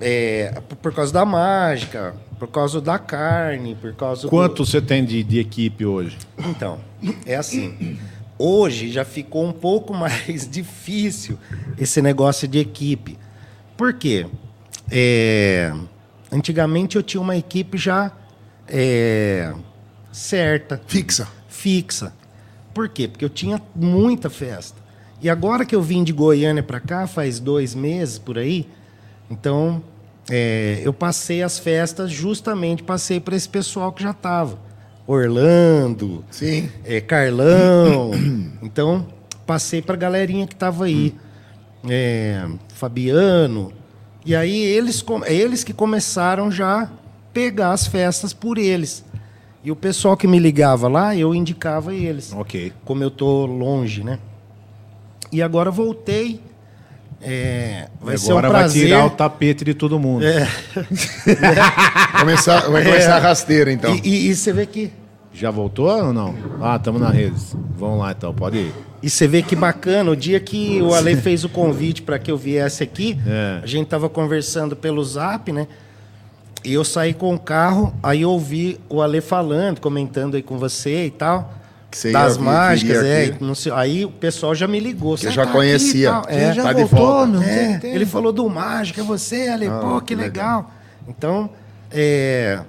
É, por- por causa da mágica, por causa da carne, por causa do-
Quanto você tem de, de equipe hoje?
Então, é assim. Hoje já ficou um pouco mais <laughs> difícil esse negócio de equipe. Por quê? É, antigamente eu tinha uma equipe já é, certa
Fixa.
fixa. Por quê? Porque eu tinha muita festa. E agora que eu vim de Goiânia para cá, faz dois meses por aí, então é, eu passei as festas, justamente passei para esse pessoal que já estava. Orlando,
Sim.
é, Carlão. <coughs> Então, passei pra galerinha que tava aí. É, Fabiano. E aí eles, com- é eles que começaram já a pegar as festas por eles. E o pessoal que me ligava lá, eu indicava eles.
Ok.
Como eu tô longe, né? E agora voltei. É, vai ser um
Agora vai
prazer. É.
tirar o tapete de todo mundo.
Começar,
<laughs>
vai começar a rasteira, então.
E- e- e você vê que
Já voltou ou não? Ah, estamos na rede. Vamos lá então, pode ir.
E você vê que bacana, o dia que o Ale fez o convite para que eu viesse aqui,
É.
a gente tava conversando pelo Zap, né? E eu saí com o carro, aí eu ouvi o Ale falando, comentando aí com você e tal.
Que você ia
das
vir,
mágicas,
queria
é.
aqui.
e não sei- aí o pessoal já me ligou.
Que eu
"Você
já
tá
conhecia.
aqui e tal?" É,
Tá de volta.
é, ele falou do mágico, é você, Ale,
Ah,
pô, que legal. Então, é,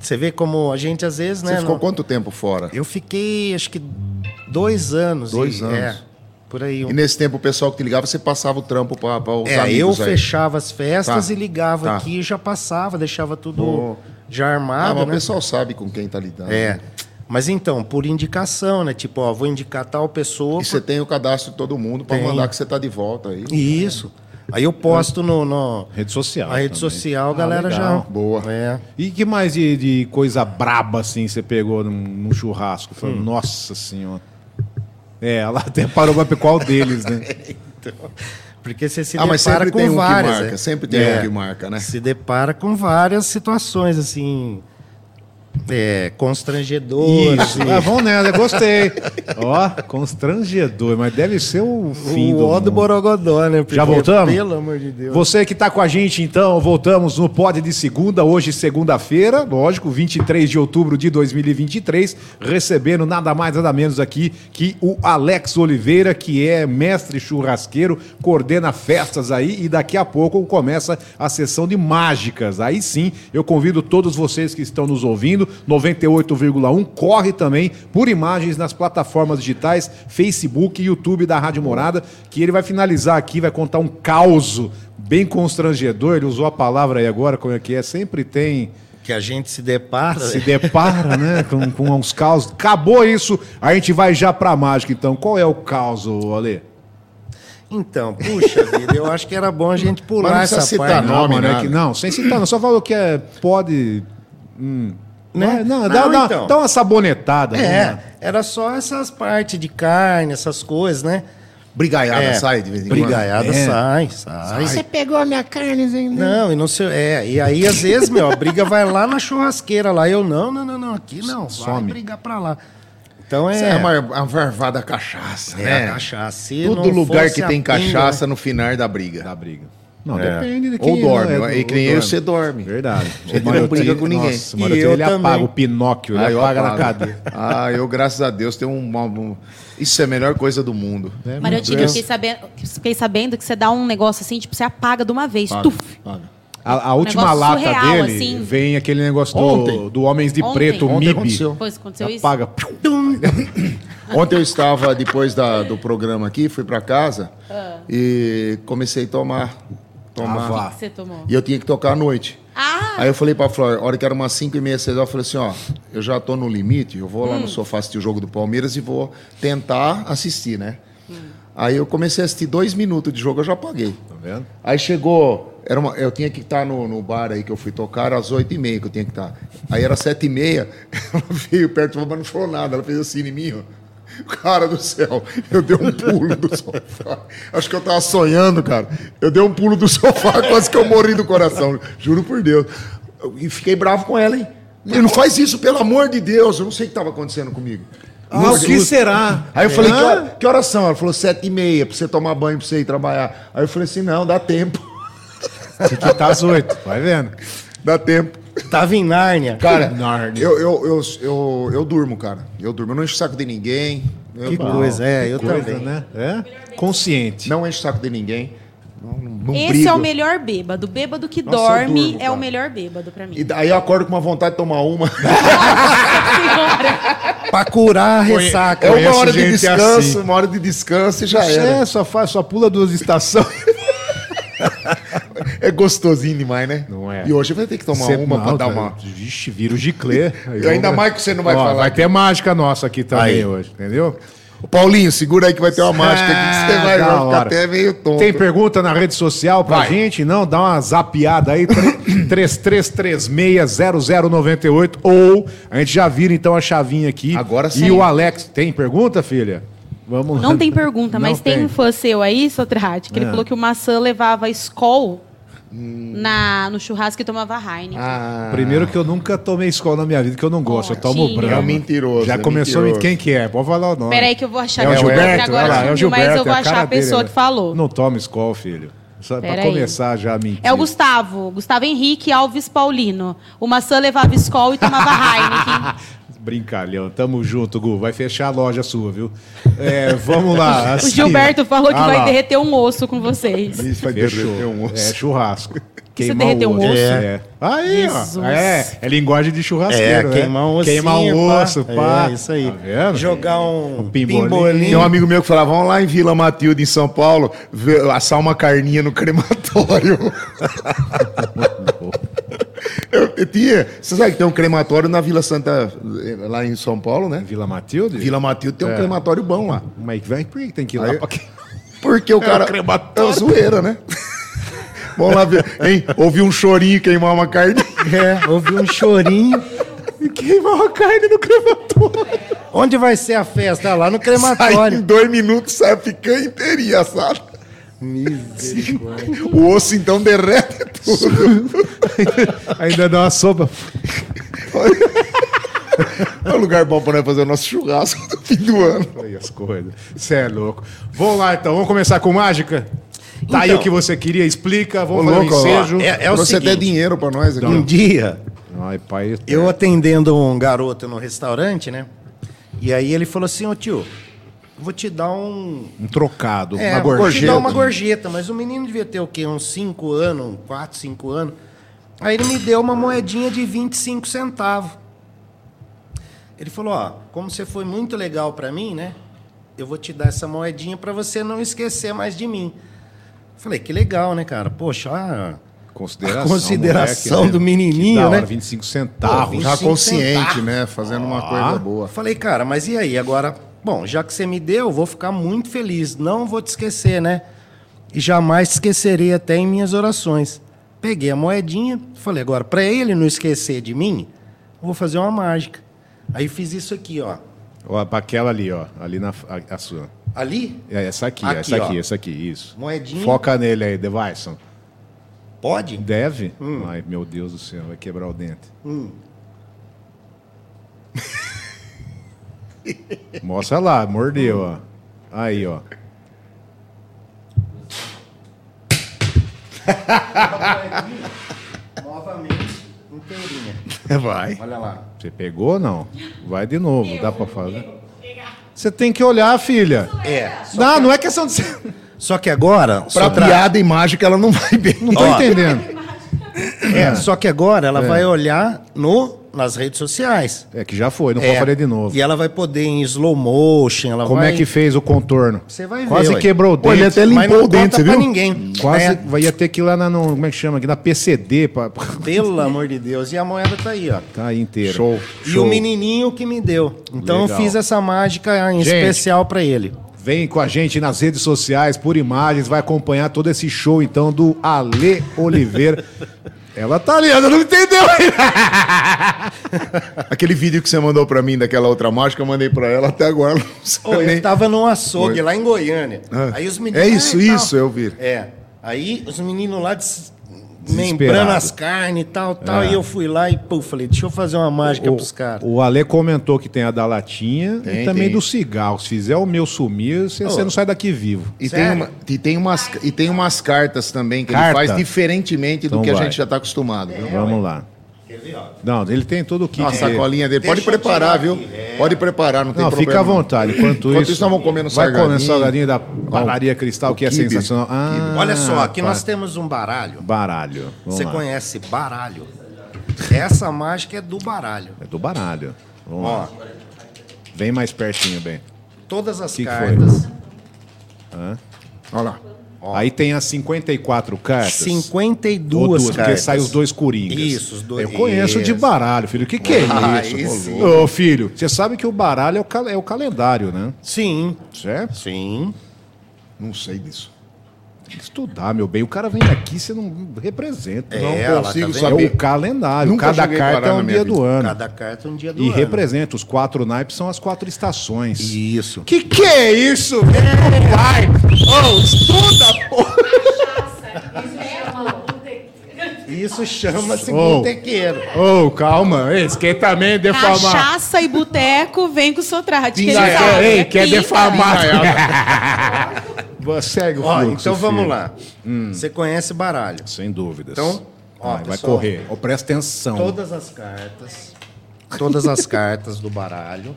você vê como a gente às vezes,
Você
né?
ficou
não-
quanto tempo fora?
Eu fiquei, acho que dois anos.
Dois anos.
É, por aí. um-
E nesse tempo o pessoal que te ligava, você passava o trampo para os
É, eu
amigos aí.
fechava as festas
Tá,
e ligava
tá.
aqui e já passava, deixava tudo
Pô.
já
Ah,
armado,
mas o
né?
pessoal sabe com quem tá lidando.
É. Mas então, por indicação, né? Tipo, ó, vou indicar tal pessoa.
E você tem o cadastro de todo mundo para
Tem.
mandar que você tá de volta aí.
por- Isso. Aí eu posto no, no-
Rede social.
a rede
também.
social, a
Ah,
galera já.
legal.
Boa.
É.
E que mais de, de coisa braba assim você pegou num, num churrasco? Falou,
Hum.
nossa senhora. É, ela <laughs> até parou pra ver qual deles, né?
<laughs> Porque você se
Ah, mas
depara
sempre
com
tem um que
várias.
marca,
é.
sempre tem
É.
um que marca, né?
Se depara com várias situações, assim. É, assim, constrangedoras.
Isso.
e-
Ah, vamos nessa, eu gostei. Ó, constrangedor, mas deve ser o fim
o ó do
do mundo.
Borogodó, né? Porque,
Já voltamos?
Pelo amor de Deus.
Você que tá com a gente, então, voltamos no pod de segunda, hoje segunda-feira, lógico, 23 de outubro de 2023, recebendo nada mais nada menos aqui que o Alex Oliveira, que é mestre churrasqueiro, coordena festas aí e daqui a pouco começa a sessão de mágicas. Aí sim, eu convido todos vocês que estão nos ouvindo, 98,1, corre também por imagens nas plataformas digitais, Facebook e YouTube da Rádio Morada, que ele vai finalizar aqui, vai contar um caos bem constrangedor. Ele usou a palavra aí agora, como é que é? Sempre tem.
Que a gente se depara.
É.
Se depara, né? Com, com uns caos. Acabou isso, a gente vai já pra mágica, então. Qual é o caos, ô Ale?
Então, puxa vida, eu acho que era bom a gente
Mas
pular
não
essa
precisa citar
parte.
Não, nome,
mano, é
nada.
que- não, sem citar, não. Só falou que é, pode. hum,
Né?
Não,
Não,
Ah,
dá, dá-
então.
dá uma sabonetada.
É,
né?
era só essas partes de carne, essas coisas, né?
Brigaiada
É.
sai de vez em quando.
Brigaiada
É.
sai, sai.
pegou a minha carne, Zendê?
Não, e não sei. É, e aí às vezes, meu, a briga vai lá na churrasqueira lá. Eu não, não, não, não, aqui não. Vai
Some.
brigar pra lá. Então é.
Isso é uma, uma varvada cachaça,
é
né?
a cachaça. Se
Todo
não
lugar
fosse
que
a
tem
pinga, né?
cachaça no final da
Da
briga.
briga. Não,
É.
depende de
Ou
quem. né?
dorme,
É,
e
ou
que nem eu, você dorme.
Verdade.
Você
O
não
Marotinho-
briga com ninguém.
Nossa, o
E
Marotinho,
eu
ele
também.
apaga o Pinóquio, ele
eu
apaga na
apago.
cadeia.
Ah, eu, graças a Deus, tenho um, uma- um- Isso é a melhor coisa do mundo.
É,
Mas eu
meu
digo, eu
Deus.
fiquei sabendo, fiquei sabendo que você dá um negócio assim, tipo, você apaga de uma vez. Tuf.
Paga.
A, a última
Um Negócio
lata
surreal,
dele
assim.
vem aquele negócio do,
Ontem.
do Homens de
Ontem.
Preto,
Ontem
MIB.
aconteceu.
Pois aconteceu isso?
Apaga.
Ontem eu estava, depois da- do programa aqui, fui pra casa e comecei a tomar.
Ah,
tomar.
vá.
O que você tomou?
e eu tinha que tocar à noite.
Ah!
Aí eu falei pra Flor, a hora que era umas 5 e meia, 6 horas, eu falei assim, ó, eu já tô no limite, eu vou lá no sofá assistir o jogo do Palmeiras e vou tentar assistir, né? Aí eu comecei a assistir dois minutos de jogo, eu já paguei.
Tá vendo?
Aí chegou, era uma- eu tinha que estar no, no bar aí que eu fui tocar, era às oito e meia que eu tinha que estar. Aí era sete e meia, <laughs> ela veio perto, mas não falou nada, ela fez assim em mim, ó. Cara do céu, eu dei um pulo do sofá. Acho que eu tava sonhando, cara. Eu dei um pulo do sofá, <laughs> quase que eu morri do coração. Juro por Deus. Eu- E fiquei bravo com ela, hein? Ele não faz isso, pelo amor de Deus. Eu não sei o que estava acontecendo comigo.
Ah, o que será?
Aí eu falei,
Hã?
que, hora, que horas são? Ela falou, sete e meia, pra você tomar banho, pra você ir trabalhar. Aí eu falei assim, não, dá tempo.
Tem
<laughs>
que estar às oito, vai vendo.
Dá tempo.
Tava em Nárnia. <laughs>
Cara,
Narnia.
eu, eu, eu, eu, eu durmo, cara. Eu durmo. Eu não encho o saco de ninguém. Eu
Que coisa, é, eu
Coisa,
também.
né? É? Consciente.
Não encho o saco de ninguém. Não, não, não
Esse
um brigo.
é o melhor bêbado. Bêbado que
Nossa, eu
dorme
durmo,
é
cara.
o melhor bêbado pra mim.
E daí eu acordo com uma vontade de tomar <laughs> uma.
Pra curar a ressaca.
É uma
Conheço
hora de
gente
descanso,
assim.
uma hora de descanso e já
Isso
era.
é, só, faz, só pula duas
<laughs>
estações.
É gostosinho demais, né?
Não é.
E hoje vai ter que tomar
Você-
uma pra
não,
dar
cara,
uma.
Vixe, vira o
<laughs>
giclê.
E ainda mais que você não vai falar
Vai
que-
ter mágica nossa aqui também
Aí.
hoje, entendeu? Ah,
Paulinho, segura aí que vai ter uma mágica aqui que você vai,
da
vai ficar
hora.
até meio tonto.
Tem pergunta na rede social pra
Vai.
gente? Não, dá uma zapiada aí, <clears throat> 33360098 ou a gente já vira então a chavinha aqui.
Agora
E
sim.
o Alex, tem pergunta, filha? Vamos lá.
Não tem pergunta, mas
Não
tem. um fã seu aí, Sotrate, que ele
É.
Ah.
falou que o maçã levava Skol
Hum.
na, no churrasco e tomava Heineken.
Ah,
Primeiro que eu nunca tomei escola na minha vida, que eu não gosto, eu tomo
Tinha.
branco.
É um mentiroso,
Já
é
começou,
mentiroso.
quem que é? Pode falar o nome.
Peraí que eu vou achar.
É o
aqui, porque
Gilberto,
agora
Olha lá, é o
sumiu,
Gilberto,
mas eu vou
é a
achar
cara
a pessoa
dele,
que falou.
Não toma escola, filho. Só pra
Pera aí.
começar já a mentir.
É o Gustavo. Gustavo Henrique Alves Paulino. O maçã levava escola e
<laughs>
tomava Heineken.
<laughs> Brincalhão. Tamo junto, Gu. Vai fechar a loja sua, viu? É, vamos lá.
<laughs> O Gilberto falou que
Ah
vai
lá.
derreter um osso com vocês.
Isso vai derreter
Fechou.
um osso.
É churrasco.
derreter um osso?
É. Aí, ó.
Jesus.
É, é linguagem de churrasqueiro, né?
queimar um ossinho,
Queimar um
pá.
osso, pá.
É, isso aí.
Tá vendo?
Jogar um,
Um pimbolim.
pimbolinho.
Tem um amigo meu que falava, vamos lá em Vila Matilde, em São Paulo, ver- assar uma carninha no crematório. eu, eu tinha, você sabe que tem um crematório na Vila Santa, eh, lá em São Paulo, né?
Vila Matilde?
Vila Matilde tem um
É.
crematório bom lá.
Mas vai, por que tem que ir lá?
Aí-
pra quê? um
Porque o cara... É uma
<laughs>
zoeira, né? vamos lá ver, hein? Ouvir um chorinho queimar
<laughs>
uma carne.
É, ouvi um chorinho.
E queimar uma carne no crematório.
Onde vai ser a festa? Ah, Lá
Aí,
no
em
crematório.
dois minutos sai a picanha inteirinha assada.
Misericórdia.
O osso então derrete tudo.
Ainda dá uma sopa.
É um lugar bom pra nós fazer o nosso churrasco no fim do ano.
Aí as coisas. Você é louco. Vamos lá então, vamos começar com mágica? Tá aí o que você queria, explica, vamos
Ô,
fazer um
louco, ó,
ensejo.
é- é o
Você
seguinte.
der dinheiro pra nós aqui.
Um dia,
Ai, pai.
eu atendendo um garoto no restaurante, né? E aí ele falou assim, ô tio, vou te dar um...
Um trocado,
É,
uma
vou te
gorjeta.
dar uma gorjeta. Mas o menino devia ter o quê? Uns 5 anos, 4, 5 anos. Aí ele me deu uma moedinha de 25 centavos. Ele falou, ó, como você foi muito legal pra mim, né? Eu vou te dar essa moedinha pra você não esquecer mais de mim. Falei, que legal, né, cara? Poxa, ah,
Consideração,
A consideração
moleque,
do menininho,
Que da hora,
né?
25 centavos.
Pô,
Já
25
consciente,
centavos.
né? Fazendo uma
Ah.
coisa boa.
Falei, cara, mas e aí? Agora, bom, já que você me deu, eu vou ficar muito feliz. Não vou te esquecer, né? E jamais te esquecerei até em minhas orações. Peguei a moedinha, falei, agora, para ele não esquecer de mim, eu vou fazer uma mágica. Aí fiz isso aqui, ó.
Ó, pra aquela ali, ó. Ali na a, a sua.
Ali,
É, essa aqui,
Aqui,
essa aqui,
ó.
essa aqui, isso.
moedinha.
Foca nele aí, Devaison.
Pode?
Deve?
Hum.
Ai, meu Deus do céu, vai quebrar o dente. <laughs> Mostra lá, mordeu, ó. Aí, ó.
<laughs> Novamente, inteirinha.
Vai.
Olha lá.
Você pegou ou não? Vai de novo, dá pra fazer. Você tem que olhar, filha.
É.
Não, não é questão de.
Só que agora.
Pra
só tra-
piada e mágica ela não vai bem.
Não tô
Ó.
entendendo.
É, só que agora ela vai olhar no, nas redes sociais.
É que já foi, não
É.
pode fazer de novo.
E ela vai poder em slow motion, ela
Como é
vai...
que fez o contorno?
Você vai ver,
Quase
ué.
quebrou o dente.
Pô, ele até
Mas
limpou
não
o dente,
conta
você
pra
viu?
ninguém.
Quase
É,
vai ia ter que ir lá na. no- como é que chama? Aqui na PCD. Pra, pra-
pelo amor de Deus. E a moeda tá aí, ó.
Tá aí inteiro.
Show.
E o menininho que me deu. Então
Legal.
eu fiz essa mágica em
Gente.
especial pra ele.
Vem com a gente nas redes sociais, por imagens, vai acompanhar todo esse show então do Ale
<laughs>
Oliveira. Ela tá ali, ela não entendeu.
Aquele vídeo que você mandou pra mim daquela outra mágica, eu mandei pra ela até agora. ela Não sabe
Ô, eu
nem.
tava num açougue lá em Goiânia.
Ah.
Aí os
É
meninos.
isso,
e tal.
isso, eu vi.
É. Aí os meninos lá des...
Desesperado. É.
membrando as carnes e tal, tal. E eu fui lá e pô, falei, deixa eu fazer uma mágica
O,
pros caras.
o Ale comentou que tem a da latinha e
Tem,
também
tem.
do cigarro. Se fizer o meu sumir, você você não sai daqui vivo.
E tem,
Sério?
uma- e, tem umas, e tem umas cartas também que
Carta?
ele faz diferentemente do
Então
que a
vai.
gente já tá acostumado. viu?
Vamos lá. Não, ele tem todo o kit.
Ó, a
dele.
sacolinha dele. Pode
Deixa eu
preparar,
tirar É.
viu? Pode preparar, É. não tem
Não,
problema.
fica à vontade. Enquanto,
Enquanto
isso,
isso, nós vamos comendo
vai
salgadinho.
comendo salgadinho da padaria Cristal, que é
quibe.
sensacional. Ah,
Olha só, aqui
pá.
nós temos um baralho.
Baralho. Vamos
Você
lá.
conhece baralho? Essa mágica é do baralho.
É do baralho. Vamos
Ó,
lá. Vem mais pertinho, bem.
todas as
Que que foi?
cartas.
Olha lá.
Aí tem as 54 cartas.
52
Ou duas, porque
cartas.
sai os dois coringas.
Isso, os dois-
Eu conheço de
isso.
baralho, filho. O que, que é
Ah, aí
isso?
sim.
Ô, louco. Ô, filho, você sabe que o baralho é o, cal- é o calendário, né?
Sim.
Certo?
Sim.
Não sei disso.
Tem que estudar, meu bem. O cara vem aqui, você não representa.
É,
não
ela tá
consigo
vendo?
saber. É o calendário.
Nunca
Cada
cheguei a
carta
parar
é um
na minha
dia
vida.
do ano.
Cada carta é um dia do
E
ano.
representa. Os quatro naipes são as quatro estações.
Isso.
Que que é isso? Vai! Ô, Oh, estuda, porra!
Isso chama-se
Oh.
botequeiro.
Ô, calma. Esse que também é
Tá
defamado.
Cachaça e boteco vem com sotrate. que
né?
Pinga-
eles falam,
<laughs> Ei,
é
que é
pinga.
defamado. Va- Segue o
Ó,
fluxo,
então vamos
filho.
lá. Você conhece baralho.
Sem dúvidas.
Então, ó,
vai, vai
pessoal,
correr. Ó, presta atenção.
Todas as cartas. Todas as cartas do <laughs> baralho.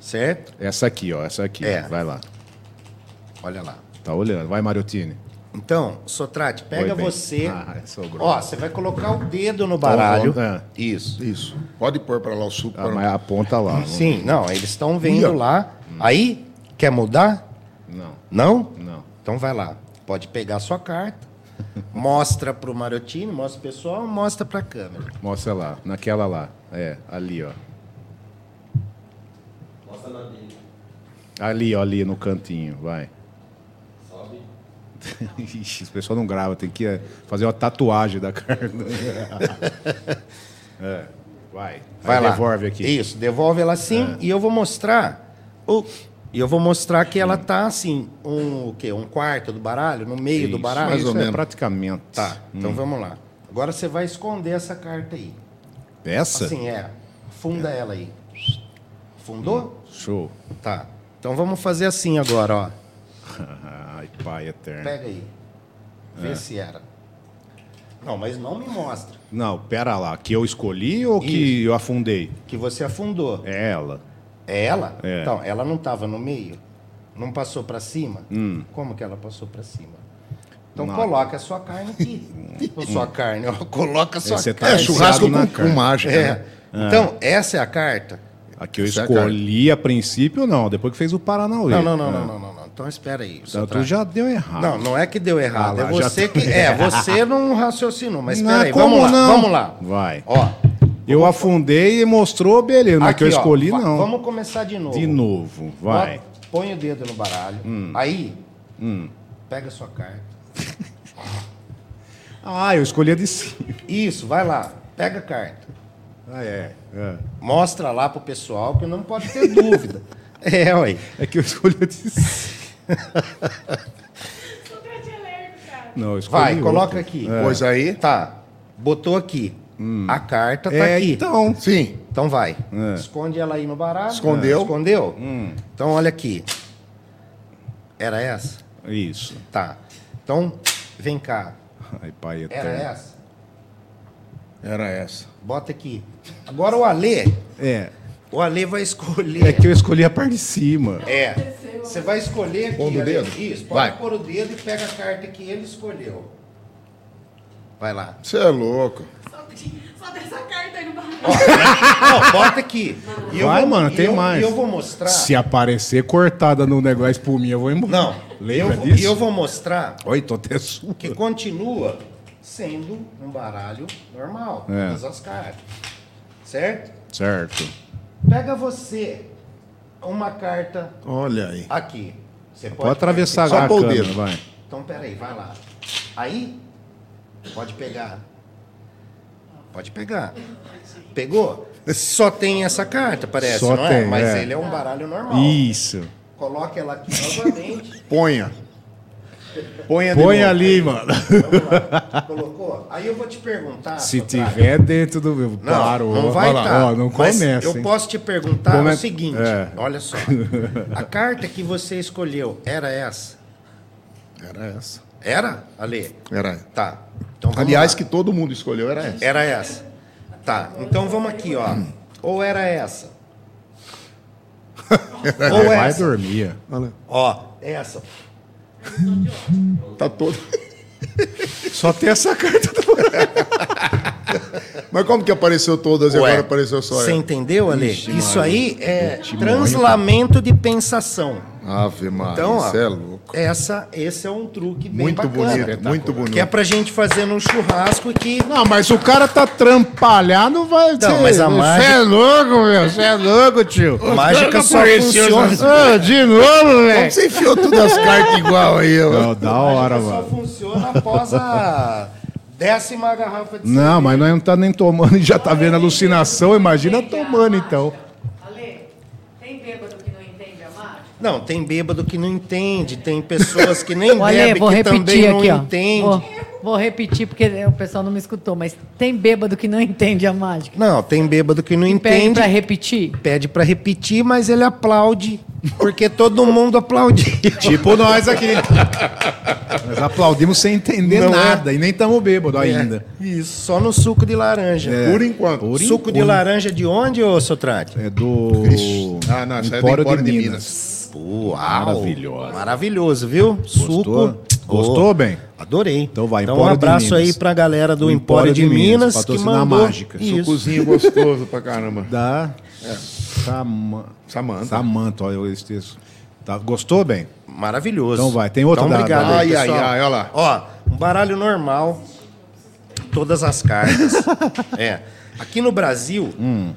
Certo?
Essa aqui, ó. Essa aqui.
É.
Vai lá.
Olha lá.
Tá olhando. Vai, Mariotini.
Então, Sotrate, pega
Foi bem.
você.
Ah, sou grosso.
Ó, você vai colocar o dedo no baralho.
vamos- é.
Isso.
Isso. Pode pôr pra lá o suco.
Ah,
pra-
mas aponta lá. não-
<laughs> Sim, não, eles estão
Ih, ó.
vendo lá. Aí, quer mudar?
Não,
Não?
não.
Então vai lá. Pode pegar a sua carta. <laughs> Mostra pro Marotini, mostra pro pessoal, mostra pra câmera.
Mostra lá. Naquela lá. É, ali, ó. Ali, ó, ali no cantinho, vai. Sobe. <laughs> Ixi, o pessoal não grava, tem que é, fazer uma tatuagem da carta. <laughs> É, vai.
Vai
Aí
lá.
Devolve aqui. É.
Isso, devolve ela assim e eu vou mostrar. O... E eu vou mostrar que ela tá assim, um o quê? Um quarto do baralho, no meio do
Isso,
baralho.
Mais ou
Isso é
menos. Hum. Praticamente.
pra- Tá, então vamos lá. Agora você vai esconder essa carta aí.
Essa?
Assim, é. Funda ela aí. Fundou?
Show.
Tá. Então vamos fazer assim agora, ó.
Ai, pai eterno.
Pega aí.
É.
Vê se era. Não, mas não me mostra
Não, pera lá. Que eu escolhi ou que eu afundei?
que você afundou.
É ela.
É ela?
É.
Então, ela não estava no meio? Não passou para cima?
Hum.
Como que ela passou para cima? Então coloca a sua carne
<laughs>
aqui. Ou sua carne, ó, coloca a sua
Você tá
carne.
É, churrasco
viciado na
com,
carne.
com mágica.
É.
né?
Ah.
Então, essa é a carta?
A que eu
Essa é a
escolhi a princípio, não. Depois que fez o Paranauê. É.
Não, não, não, não, não, não, não. Então espera aí. você
Ah. Então tu
tra-
já deu errado.
Não, não é que deu errado.
Ah lá,
é
já
você
tô- <laughs>
que. É, você não raciocinou, mas
Não, é
espera aí.
como
Vamos lá,
não?
vamos lá.
Vai.
Ó.
Eu afundei e mostrou, beleza. Mas é que eu
aqui, ó,
escolhi,
va-
não.
Vamos começar de novo.
De novo, vai. Hum.
Bota- Põe o dedo no baralho. Aí, pega a sua carta.
Ah, eu escolhi a de cima.
Isso, vai lá. Pega a carta.
Ah, é. É,
Mostra lá pro pessoal que não pode ter <laughs> dúvida. É, ué.
É que eu escolhi a de cima. Não, eu escolhi
Vai,
outra.
coloca aqui.
É.
Pois aí.
Tá. Botou aqui. A carta tá
É,
aqui.
então.
Sim.
Então vai.
É. Hum.
Esconde ela aí no baralho. É.
Escondeu.
Escondeu. Então olha aqui. Era essa?
Isso.
Tá. Então, vem cá.
<laughs> Ai, pai
Era
eterno.
essa?
Era essa.
Bota aqui. Agora o Alê.
É.
O Alê vai <laughs> escolher.
É que eu escolhi a parte de cima.
É. Você vai escolher aqui.
Pondo o
Alê.
dedo?
Isso, pode
Vai.
pôr o dedo e pega a carta que ele escolheu. Vai
<laughs>
lá.
Você é louco.
Só tem essa carta aí no baralho.
Ó, bota aqui. E eu
Vai,
vou-
mano,
e
tem
eu-
mais.
E eu vou mostrar.
Se aparecer cortada no negócio espuminha, eu vou embora.
<laughs> Não.
Lembra
eu, vou-
disso?
E eu vou mostrar
Oi, tô até sujo.
que continua sendo um baralho normal,
É.
todas as cartas. Certo?
Certo.
Pega você uma carta
Olha aí.
aqui. Você
Pode atravessar
Só
a
pôr o
câmera,
dedo.
vai.
Então peraí, vai lá. Aí pode pegar. Pode pegar. Pegou? Só tem essa carta, parece,
Só
não é?
tem,
Mas
é.
ele é um baralho normal.
Isso.
Coloca ela aqui novamente.
Ponha. Ponha de
Põe
novo.
ali, mano.
Vamos lá. Colocou? Aí eu vou te perguntar.
Se
Sotrate,
tiver dentro do meu.
Não,
Parou.
não
Olha
vai
lá,
estar.
ó, não começa.
Eu
hein?
posso te perguntar
Come-
o seguinte,
É.
olha só. A carta que você escolheu era essa?
Era essa.
Era, Ale?
Era essa.
Tá. Então vamos
Aliás,
lá.
que todo mundo escolheu era essa.
Era essa. Tá, então vamos aqui, ó. Ou era
<laughs>
essa.
Vai,
Ou
vai
essa.
dormir. é.
Olha,
Ó, essa.
Tá <laughs> todo.
Só tem essa carta do
Mas como que apareceu todas e
Ué,
agora apareceu só é.
Você
essa?
entendeu, Ale? Isso aí é translamento de pensação.
Ave Maria,
Então, ó,
você é louco.
essa, esse é um truque bem
Muito
bacana.
bonito, muito bonito.
Que é pra gente fazer num churrasco que
Não, mas o cara tá trampalhado, vai.
Não, mas a
Você é
mágica-
louco, meu. Você é louco, tio.
mágica só funciona.
Ah, de novo,
Como
velho.
você enfiou todas as cartas igual aí? ó?
Não, da hora,
só
mano.
funciona
<laughs>
após a décima garrafa de
Não, mas nós não tá nem tomando <laughs> e já tá vendo alucinação. Imagina tomando, então.
Ale, tem bêbado que não entende a mágica?
Não, tem bêbado que não entende, tem pessoas que
<laughs>
nem
Olha,
bebem
vou
que também
repetir aqui,
não
ó.
entende.
Vou, vou repetir porque o pessoal não me escutou, mas tem bêbado que não entende a mágica.
Não, tem bêbado que não
Pede
entende,
pra repetir.
pede pra repetir, mas ele aplaude Porque todo mundo aplaudia.
Tipo nós aqui. Nós aplaudimos sem entender
Não é?
nada e nem estamos bêbados ainda.
<laughs> Isso, É. só no suco de laranja.
Por enquanto.
Por
suco de
enquanto.
laranja de onde, ô Sotrate?
É do.
Cristo. Ah, não, isso é do
Empório
Empório
de
de
Minas.
Uau!
Maravilhosa.
Maravilhoso, viu? Suco.
Gostou,
Ô,
bem?
Adorei.
Então vai,
então um
Empório de
abraço
Minas.
aí pra galera do
O
Empório, de, Minas, que
patrocinar a
mandou.
mágica.
Isso.
Sucozinho gostoso pra caramba.
Da. É. Sama-
Samanta.
Samanta, olha eu esqueço. Tá, gostou, bem?
Maravilhoso.
Então vai, tem outra
então,
da-
obrigado
da-
aí,
Ai, ai,
pessoal.
ai, olha lá.
Ó, um baralho normal. Todas
<laughs>
as cartas. é. Aqui no Brasil,
Hum.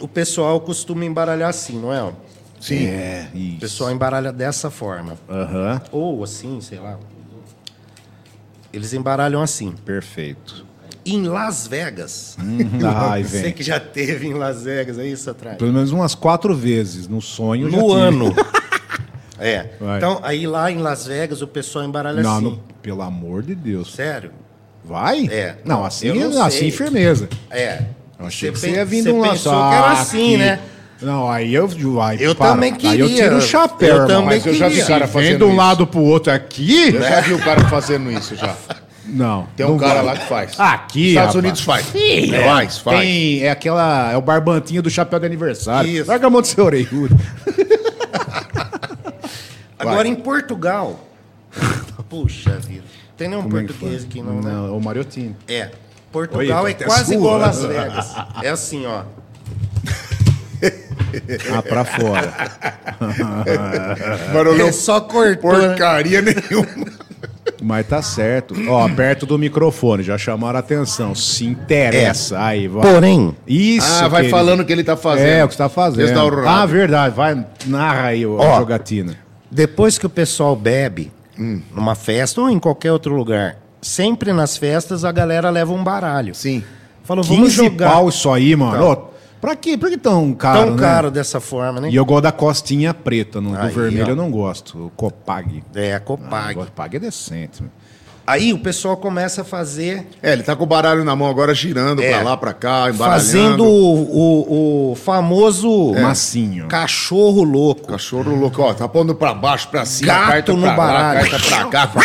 o pessoal costuma embaralhar assim, não é? ó?
Sim.
É,
O
isso.
pessoal embaralha dessa forma.
Aham,
Ou assim, sei lá. Eles embaralham assim.
perfeito.
Em Las Vegas.
Ah, aí
<laughs> Você
vem.
que já teve em Las Vegas, é isso atrás?
Pelo menos umas quatro vezes no sonho. já
No
tive. <laughs>
ano. É.
Vai.
Então, aí lá em Las Vegas, o pessoal embaralha
Não,
assim.
não, pelo amor de Deus.
Sério?
Vai?
É.
Não, assim,
Eu não
assim
sei.
firmeza.
É.
Eu achei
Você
que
pen-
você ia vir de
você
um
pensou que era
lado.
assim, né?
Não, aí eu. Aí,
Eu também
Aí eu
queria.
tiro o chapéu,
Eu
irmão.
também
Mas eu
já vi
já vi
cara
cara Vem
fazendo
de um
isso.
lado pro outro aqui.
Eu já vi o cara fazendo isso já.
Não.
Tem um
não
cara
vai.
lá que faz.
Aqui.
Estados
rapaz.
Unidos faz.
É,
Faz, faz.
Tem, é aquela. É o barbantinho do chapéu de aniversário.
Isso.
Larga a mão do seu orelhudo.
Agora em Portugal. <laughs> Puxa vida. Tem nenhum
Como é que
<laughs> português
foi?
aqui, não, né?
o Mariotini.
É. Portugal
Oi,
é
até
quase
sua.
igual Las Vegas. É assim, ó.
Ah, pra fora. <laughs>
Barulhão
É só cortando.
porcaria nenhuma.
Mas tá certo. Ó, perto do microfone, já chamaram a atenção. Se interessa.
É.
Aí, vai.
Porém.
Isso.
Ah, vai
querido.
falando o que ele tá fazendo.
É, o que você tá fazendo.
Restaurado.
Ah, verdade. Vai, narra aí o
Ó.
a jogatina.
Depois que o pessoal bebe numa festa ou em qualquer outro lugar, sempre nas festas a galera leva um baralho.
Sim.
Falou, vamos
15
jogar Tá.
pau isso aí, mano. Ô, pra quê? Por que tão caro,
tão
né?
é caro dessa forma, né?
E eu gosto da costinha preta, no, do
Aí,
vermelho
ó.
eu não gosto. O Copag.
É, a
Ah,
Copag.
o Copag é decente. mano.
Aí o pessoal começa a fazer,
É, ele tá com o baralho na mão agora, girando
É.
pra lá, pra cá, embaralhando.
fazendo o, o- o famoso
É.
Massinho.
cachorro louco.
Cachorro louco, ó, tá pondo pra baixo, pra cima,
Gato
carta
no
pra
baralho.
lá, carta pra cá. <laughs>
<laughs>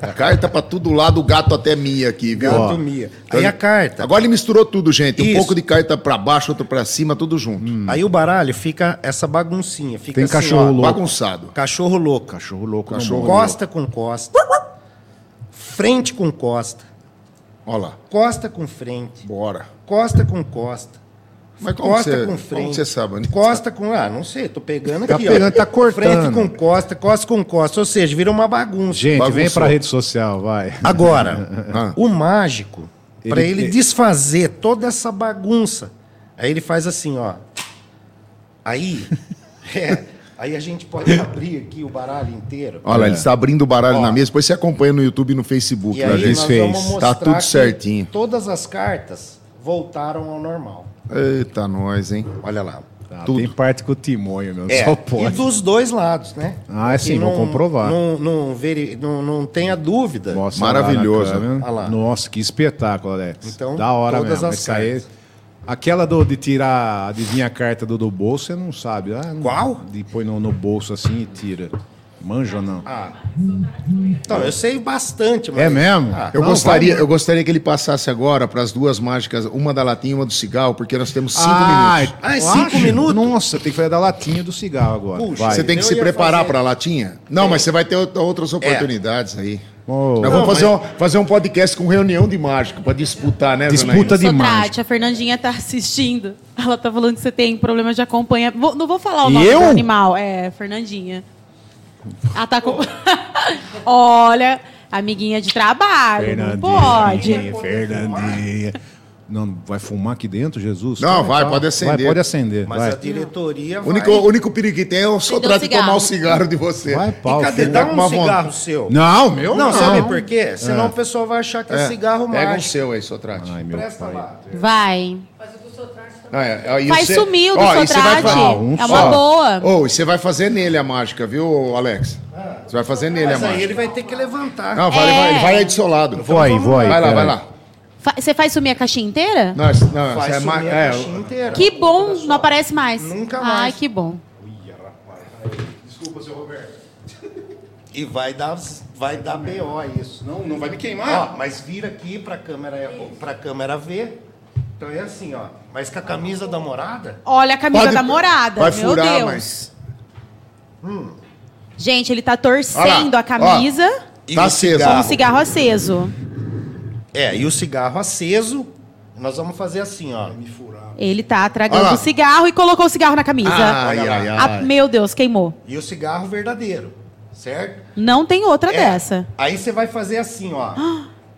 pra- carta pra todo lado, o gato até mia aqui, <laughs> viu?
Gato
Ó.
mia.
Então
Aí
ele-
a carta.
Agora ele misturou tudo, gente. Um
Isso.
pouco de carta pra baixo, outro pra cima, tudo junto.
Hum. Aí o baralho fica essa baguncinha. Fica
Tem
assim,
cachorro
ó,
louco.
Tá Bagunçado.
Cachorro louco.
Cachorro louco. não
Cachorro
morre.
costa com costa. Frente com costa.
Olha lá,
Costa com frente.
bora.
Costa com costa.
Mas como
costa
você-
com
como
frente.
você sabe, Anitta?
Costa com. Ah, não sei, tô pegando
Tá
aqui.
pegando,
ó.
tá cortando.
Frente com costa, costa com costa. Ou seja, vira uma bagunça.
Gente, vem
Bagunçou.
pra rede social, vai.
Agora, o mágico, para
Ah. Ele- é-
ele, desfazer toda essa bagunça, aí ele faz assim, ó. Aí, <laughs> é, aí a gente pode abrir aqui o baralho inteiro.
Olha lá, ele está abrindo o baralho
Ó.
na mesa, depois você acompanha no YouTube É. e no Facebook.
e
né,
aí
gente?
nós
fez.
vamos
Tá
mostrar
tudo
que
certinho.
Todas as cartas voltaram ao normal.
Eita, nós, hein?
Olha lá.
Tá,
Tudo.
Tem parte com o timonho, meu.
É,
Só
e
pode.
dos dois lados, né?
Ah, é
Que
sim, vou
não-
comprovar.
Não, não, veri- não, não tenha dúvida.
Mostra
Maravilhoso.
lá na câmera.
Olha lá.
Nossa, que espetáculo, Alex.
Então,
da hora
todas
mesmo.
as
Essa aí-
cartas.
aquela do, de tirar, adivinha a carta do, do bolso, você não sabe. Ah, não-
Qual?
De põe no, no bolso assim e tira. Manja ou não?
Ah, Então, eu sei bastante, mas.
é mesmo?
Ah,
Eu,
Não,
gostaria,
vai-
eu gostaria que ele passasse agora para as duas mágicas, uma da latinha e uma do cigarro, porque nós temos cinco
ah,
minutos.
Ah, é
eu
cinco
acho?
minutos?
Nossa, tem que fazer da latinha do cigarro agora.
Puxa,
Vai.
Você tem que
Eu
se
ia
preparar
fazer-
para a latinha? Não, mas você vai ter out- outras oportunidades aí.
Oh.
Nós
É. Não,
vamos fazer, um, fazer um podcast com reunião de mágico para disputar, né,
Disputa
Janaína?
de mágica.
Sotrate, a Fernandinha tá assistindo. Ela tá falando que você tem problema de acompanha. Vou- não vou falar o
E
nome
eu?
do animal. É, Fernandinha. Ela tá com... <laughs> Olha, amiguinha de trabalho. Não pode.
Fernandinha. Não, vai fumar aqui dentro, Jesus?
Não, vai, pode
Vai,
acender.
pode acender.
Mas
vai.
a diretoria
O único,
vai.
o único perigo que tem é eu só
Então,
trato de
cigarro.
tomar o cigarro de você.
Vai, pau.
E cadê?
filho.
Dá
Tá com uma
um cigarro
vontade.
seu.
Não, meu não.
Não, sabe por quê? Senão o pessoal vai achar que é,
É,
cigarro
Pega um
mágico. um
seu aí, Sotrate.
Ai, meu
Presta
pai.
lá.
Vai.
Ah, é, aí
Faz
você-
sumiu do
Ó, e
seu
você vai
Sotrate.
fa-
Ah, um
é uma
só.
boa.
Ô, e você vai fazer nele a mágica, viu, Alex? Você vai fazer nele a
Mas aí
mágica.
ele vai ter que levantar.
Não, vai,
É.
vai, vai aí do seu lado.
Vou aí, vou aí.
Vai lá,
peraí.
vai lá.
Fa- Você faz sumir a caixinha inteira?
Não, essa- não, essa
Faz
é,
sumir
ma-
a
é,
caixinha inteira.
Que bom, não aparece mais.
Nunca
Ai,
mais.
que bom.
E vai dar, vai dar BO isso.
Não, não vai me queimar.
Ó, mas vira aqui pra câmera, pra câmera ver. Então é assim, ó. Mas com a camisa da morada,
Olha a camisa
Pode-
da morada.
vai
Meu
furar,
Deus.
mas-
Gente, ele tá torcendo
Olha lá,
a camisa
tá
o
aceso.
com
cigarro.
um cigarro aceso.
é, e o cigarro aceso, nós vamos fazer assim, ó.
Ele tá
Olha
tragando
lá.
o cigarro e colocou o cigarro na camisa.
Ai, ai,
Ah,
ai.
meu Deus, queimou.
E o cigarro verdadeiro, certo?
Não tem outra
É,
dessa.
Aí você vai fazer assim, ó.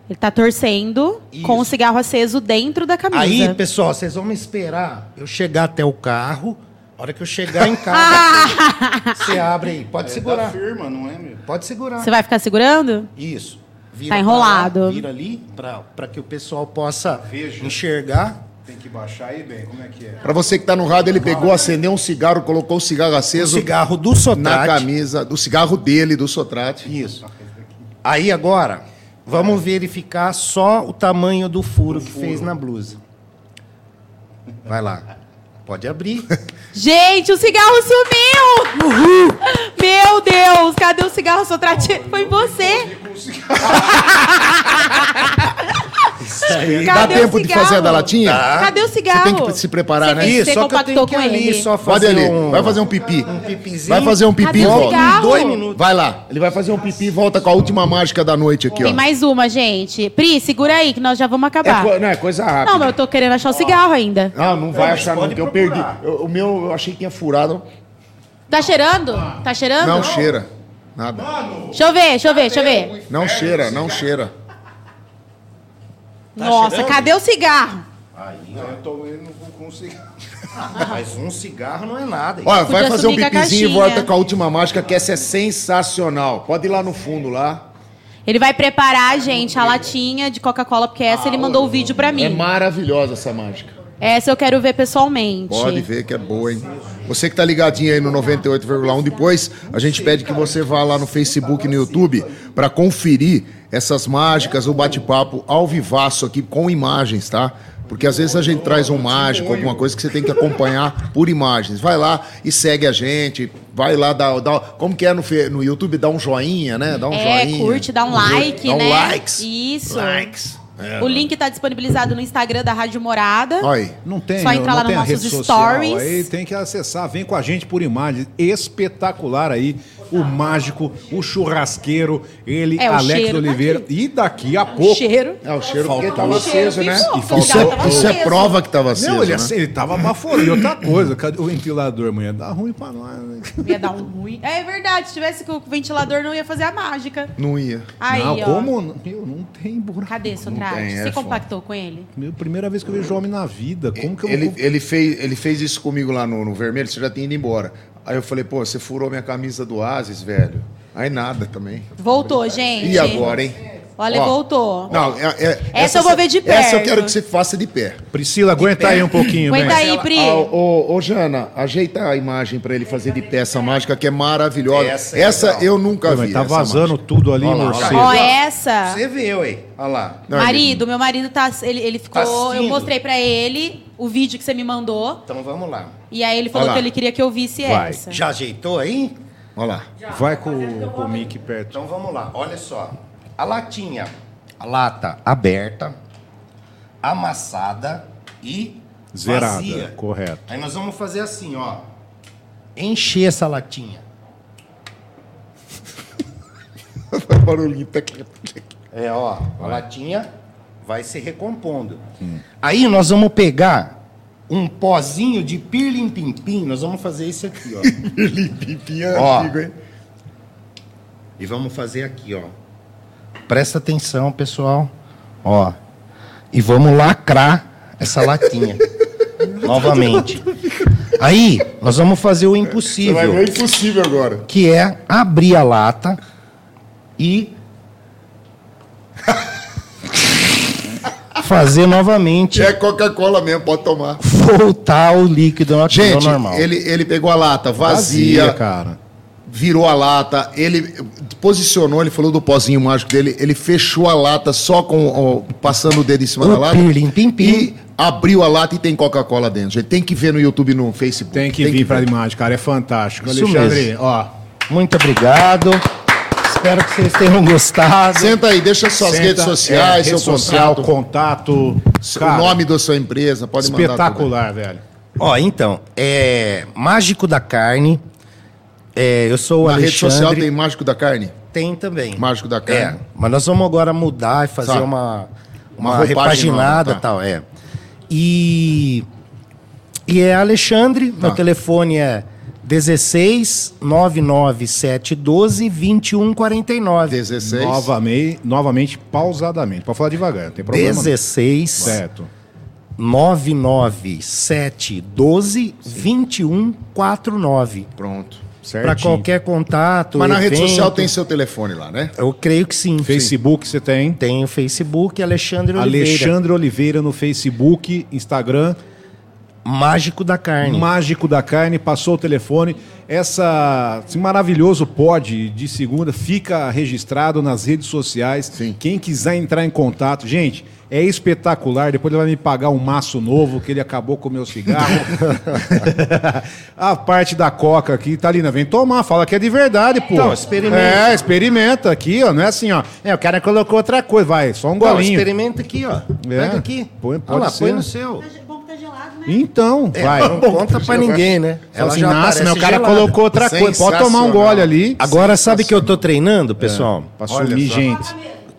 Ele tá torcendo
Isso.
com o cigarro aceso dentro da camisa.
Aí, pessoal, vocês vão me esperar eu chegar até o carro. A hora que eu chegar em casa,
<laughs>
Ah!
você abre aí. Pode segurar.
firma, não é, meu?
Pode segurar.
Você vai ficar segurando?
Isso. Vira pra
Tá enrolado.
lá, vira ali para que o pessoal possa enxergar.
Tem que baixar aí bem, como é que é?
Pra você que tá no rádio, ele pegou, acendeu um cigarro, colocou o cigarro
O
aceso
cigarro do
na
sotrate.
camisa, do cigarro dele, do Sotrate.
Isso. Aí agora, vamos verificar só o tamanho do furo que fez na blusa. Vai lá. Pode abrir.
Gente, o cigarro sumiu! <laughs> Meu Deus, cadê o cigarro? Só trate... Foi você! <laughs>
Dá
Cadê o
tempo de
cigarro?
fazer a da latinha?
Tá.
Cadê o cigarro?
Você tem que se preparar, né?
Você
só que eu tenho
compactou
que ir
com
ali
ele.
só
Pode
fazer
ali,
um...
vai fazer um pipi.
um pipizinho.
Vai fazer um pipi
Cadê
e
o
volta.
cigarro?
Dois minutos.
Vai lá, <laughs> ele vai fazer um pipi e volta com a última mágica da noite aqui, ó.
Tem mais uma, gente. Pri, segura aí que nós já vamos
É,
acabar.
co- não, é coisa rápida.
Não, mas eu tô querendo achar o cigarro ainda.
Ah, não vai
Não, mas
achar não,
pode
que eu perdi.
procurar.
Eu- o meu eu achei que tinha furado.
Tá cheirando? Tá cheirando?
Não cheira. Nada.
Deixa eu ver, deixa eu ver, deixa eu ver.
Não cheira, não cheira. Tá
Nossa, cadê o cigarro?
Aí,
Eu tô indo com- com cigarro.
ó, mas um cigarro não é nada. hein?
Olha,
Podia
vai fazer um
subir com a
pipizinho e
caixinha.
volta com a última mágica, que essa é sensacional. Pode ir lá no fundo lá.
Ele vai preparar, gente, a latinha de Coca-Cola, porque essa ele mandou o vídeo pra
É
mim.
maravilhosa essa mágica.
Essa eu quero ver pessoalmente.
Pode ver que é boa, hein? Você que tá ligadinho aí no 98,1 depois, a gente pede que você vá lá no Facebook e no YouTube para conferir essas mágicas, o bate-papo ao vivaço aqui com imagens, tá? Porque às vezes a gente traz um mágico, alguma coisa que você tem que acompanhar por imagens. Vai lá e segue a gente, vai lá, dá, dá como que é no, fe- no YouTube, dá um joinha, né? Dá um
É,
joinha.
curte, dá um like,
dá um
né?
likes.
Isso.
Likes. É.
O link tá disponibilizado no Instagram da Rádio Morada.
Olha aí.
Não tem,
Só entrar
não
lá
tem
nos
a rede
nossos
social
stories.
Aí tem que acessar, vem com a gente por imagem. Espetacular aí, o mágico, o churrasqueiro, ele,
É, o
Alex
cheiro tá
Oliveira. E daqui a pouco.
Cheiro.
É, o cheiro
Faltou
porque tava
o
aceso, né?
ficou, porque
Isso
o cigarro
é,
tava
isso é
aceso.
prova que tava aceso,
Não, ele,
né?
assim, ele tava baforando. E outra coisa, cadê o ventilador, mulher? Dá ruim pra nós. Né?
Ia dar um ruim. É verdade, se tivesse com o ventilador, não ia fazer a mágica.
Não ia.
Aí,
não,
ó.
como? Meu, não tem buraco.
Cadê,
tem,
Sotrate?
é
Você
foda.
compactou com ele?
Meu, primeira vez que eu vejo homem na vida. Como que eu
ele,
vou...
ele, fez, ele fez isso comigo lá no, no vermelho, você já tinha ido embora. Aí eu falei, pô, você furou minha camisa do Asis, velho. Aí nada também.
Voltou, gente.
E agora, hein?
Olha,
Ó.
voltou.
Não, é- é-
eu vou ver de
Essa eu
perto.
quero que você faça de pé.
Priscila, aguenta aí um pouquinho,
Aguenta
né?
aí, Pri.
Ah, Ô, ô, Jana, ajeita a imagem pra ele fazer de pé essa mágica que é maravilhosa.
Essa
Essa,
é legal.
eu nunca
Pô,
vi.
mas tá
essa
vazando
mágica.
tudo ali,
Olha lá,
morcego.
Ó, essa.
Você vê, ué. Olha lá.
Não, ele-
marido, meu marido tá. Ele, ele ficou.
Tá assistindo.
eu mostrei pra ele o vídeo que você me mandou.
Então vamos lá.
E aí ele falou
Olha lá.
que ele queria que eu visse
Vai.
essa.
Já ajeitou aí?
Olha lá.
Vai com, o- com o Mick perto.
Então vamos lá. Olha só. A latinha. A lata aberta, amassada e
Zerada,
vazia.
correto.
Aí nós vamos fazer assim, ó. Encher essa latinha.
Faz barulhinho. tá tec, tec, tec.
É, ó, a latinha vai se recompondo. Aí nós vamos pegar um pozinho de pirlim pim pim, nós vamos fazer isso aqui, ó.
Ele pipinha
Ó.
antigo, hein?
e vamos fazer aqui, ó. Presta atenção, pessoal. Ó. E vamos lacrar
<laughs>
essa latinha. novamente. Aí, nós vamos fazer o
Você vai ver
impossível,
o impossível agora.
que é abrir a lata
<laughs>
e fazer novamente
É Coca-Cola mesmo, pode tomar.
voltar o líquido na
Gente,
normal.
ele, ele pegou a lata vazia,
cara.
virou a lata, ele posicionou, ele falou do pozinho mágico dele, ele fechou a lata só com ó, passando o dedo em cima
O
da lata.
pirlim, pim, pim.
E abriu a lata e tem Coca-Cola dentro. Ele tem que ver no YouTube, no Facebook.
Tem que vir pra imagem, cara. É fantástico.
Isso
Alexandre,
mesmo.
ó.
Muito obrigado. Espero que vocês tenham gostado.
Senta aí, deixa suas
senta,
redes sociais,
é,
seu
rede social,
contato,
contato, cara,
o nome da sua empresa, pode mandar. tudo.
espetacular, velho.
Ó, então, é Mágico da Carne. É, eu sou o
Na rede
Alexandre.
social tem Mágico da Carne?
Tem também.
Mágico da Carne.
É, mas nós vamos agora mudar e fazer
Sabe?
uma,
Uma
uma,
roupagem
repaginada
nova,
e
tá.
tal, é. E, e é
Tá.
Alexandre, meu telefone é 16 99712
É.
2149.
16.
Novamente, novamente, pausadamente. Pode falar devagar, não tem problema. não.
16
Certo.
99712 2149.
Pronto.
Para
Certinho.
qualquer contato.
Mas na rede
evento,
social tem seu telefone lá, né?
Eu creio que um, sim.
Facebook você tem.
Sim. Tem o Facebook Alexandre Oliveira.
Alexandre Oliveira no Facebook, Instagram,
Mágico da Carne.
Mágico da Carne, passou o telefone. Essa, esse maravilhoso pod de segunda fica registrado nas redes sociais.
Sim.
Quem quiser entrar em contato, gente, é espetacular. Depois ele vai me pagar um maço novo, que ele acabou com o meu cigarro.
<laughs>
A parte da coca aqui, Thalina, vem tomar, fala que é de verdade, pô.
Então, experimenta.
É, experimenta aqui, ó. Não é assim, ó. É, o cara colocou outra coisa, vai, só um
Não,
golinho.
experimenta aqui, ó.
É.
Pega aqui.
Põe-
Olha
pode
lá,
ser.
põe no seu.
Bom que tá gelado, né?
Então, vai.
É, Não conta pra ninguém, né?
Ela assim, nossa,
aparece
meu cara
gelada.
colocou outra coisa. É. Pode tomar um gole ali.
Agora sabe que eu tô treinando, pessoal?
Pra sumir, gente.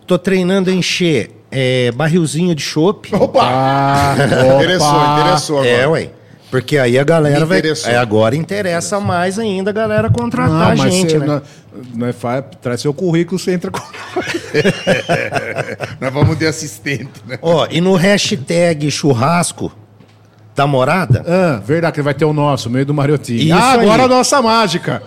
Tô treinando a encher é, barrilzinho de chopp.
Ah,
Opa! Interessou, interessou agora.
É, ué. Porque aí a galera
Me
vai.
interessou.
É, agora interessa mais ainda a galera contratar a gente,
cê
né?
não- não é fa- traz seu currículo, você entra com.
<laughs> Nós vamos ter assistente, né?
Ó, e no hashtag churrasco da morada,
Ah, verdade, que vai ter o nosso, meio do Mariotti.
Isso
Ah, agora
aí.
a nossa mágica.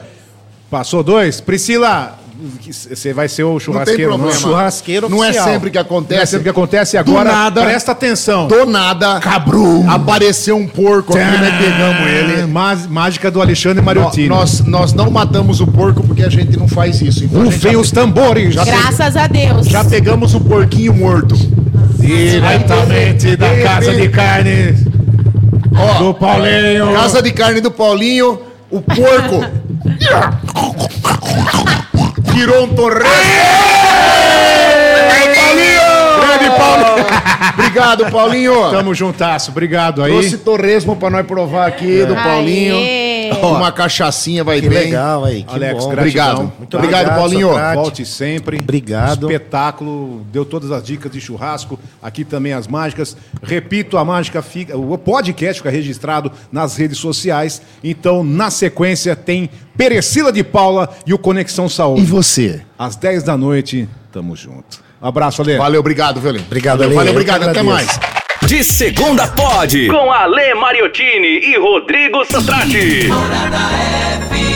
Passou dois? Priscila, você vai ser o
Não tem
churrasqueiro
problema.
nosso.
churrasqueiro
Não é
oficial.
sempre que
Não é
acontece.
sempre que acontece agora.
nada.
Presta atenção.
Do nada,
Cabrum.
apareceu um porco aqui, nós pegamos ele.
Má- Ah, Mágica do Alexandre Mariotti.
Nó- Nós, nós não matamos o porco porque a gente não faz isso. Então a gente
Rufem os tambores.
Já-
Graças a Deus.
já pegamos o porquinho morto.
Diretamente da
Casa de
Carne
Ó,
Paulinho.
Casa de carne do Paulinho, o porco. Virou um torresmo. Grande Paulinho! Grande Paulinho! Então, Obrigado, Paulinho.
Tamo juntasso, obrigado aí.
Trouxe torresmo pra nós provar aqui do Paulinho.
Aê.
Uma cachaçinha vai
Que
bem.
legal aí. Que
Alex,
bom.
gratidão.
Obrigado.
Muito
obrigado,
obrigado,
Paulinho.
Socrates.
Volte sempre.
Obrigado.
Espetáculo. Deu todas as dicas de churrasco. Aqui também as mágicas. Repito, a mágica fica. O podcast fica registrado nas redes sociais. Então, na sequência, tem Perecila de Paula e o Conexão Saúde.
E você?
Às 10 da noite, tamo junto. Abraço, Ale.
Valeu, obrigado, Violino.
Obrigado,
Valeu,
Ale.
Valeu,
Eu que
obrigado. Até
agradeço.
mais.
De segunda pode.
Com Ale Mariottini e Rodrigo Satrati.
Morada FM.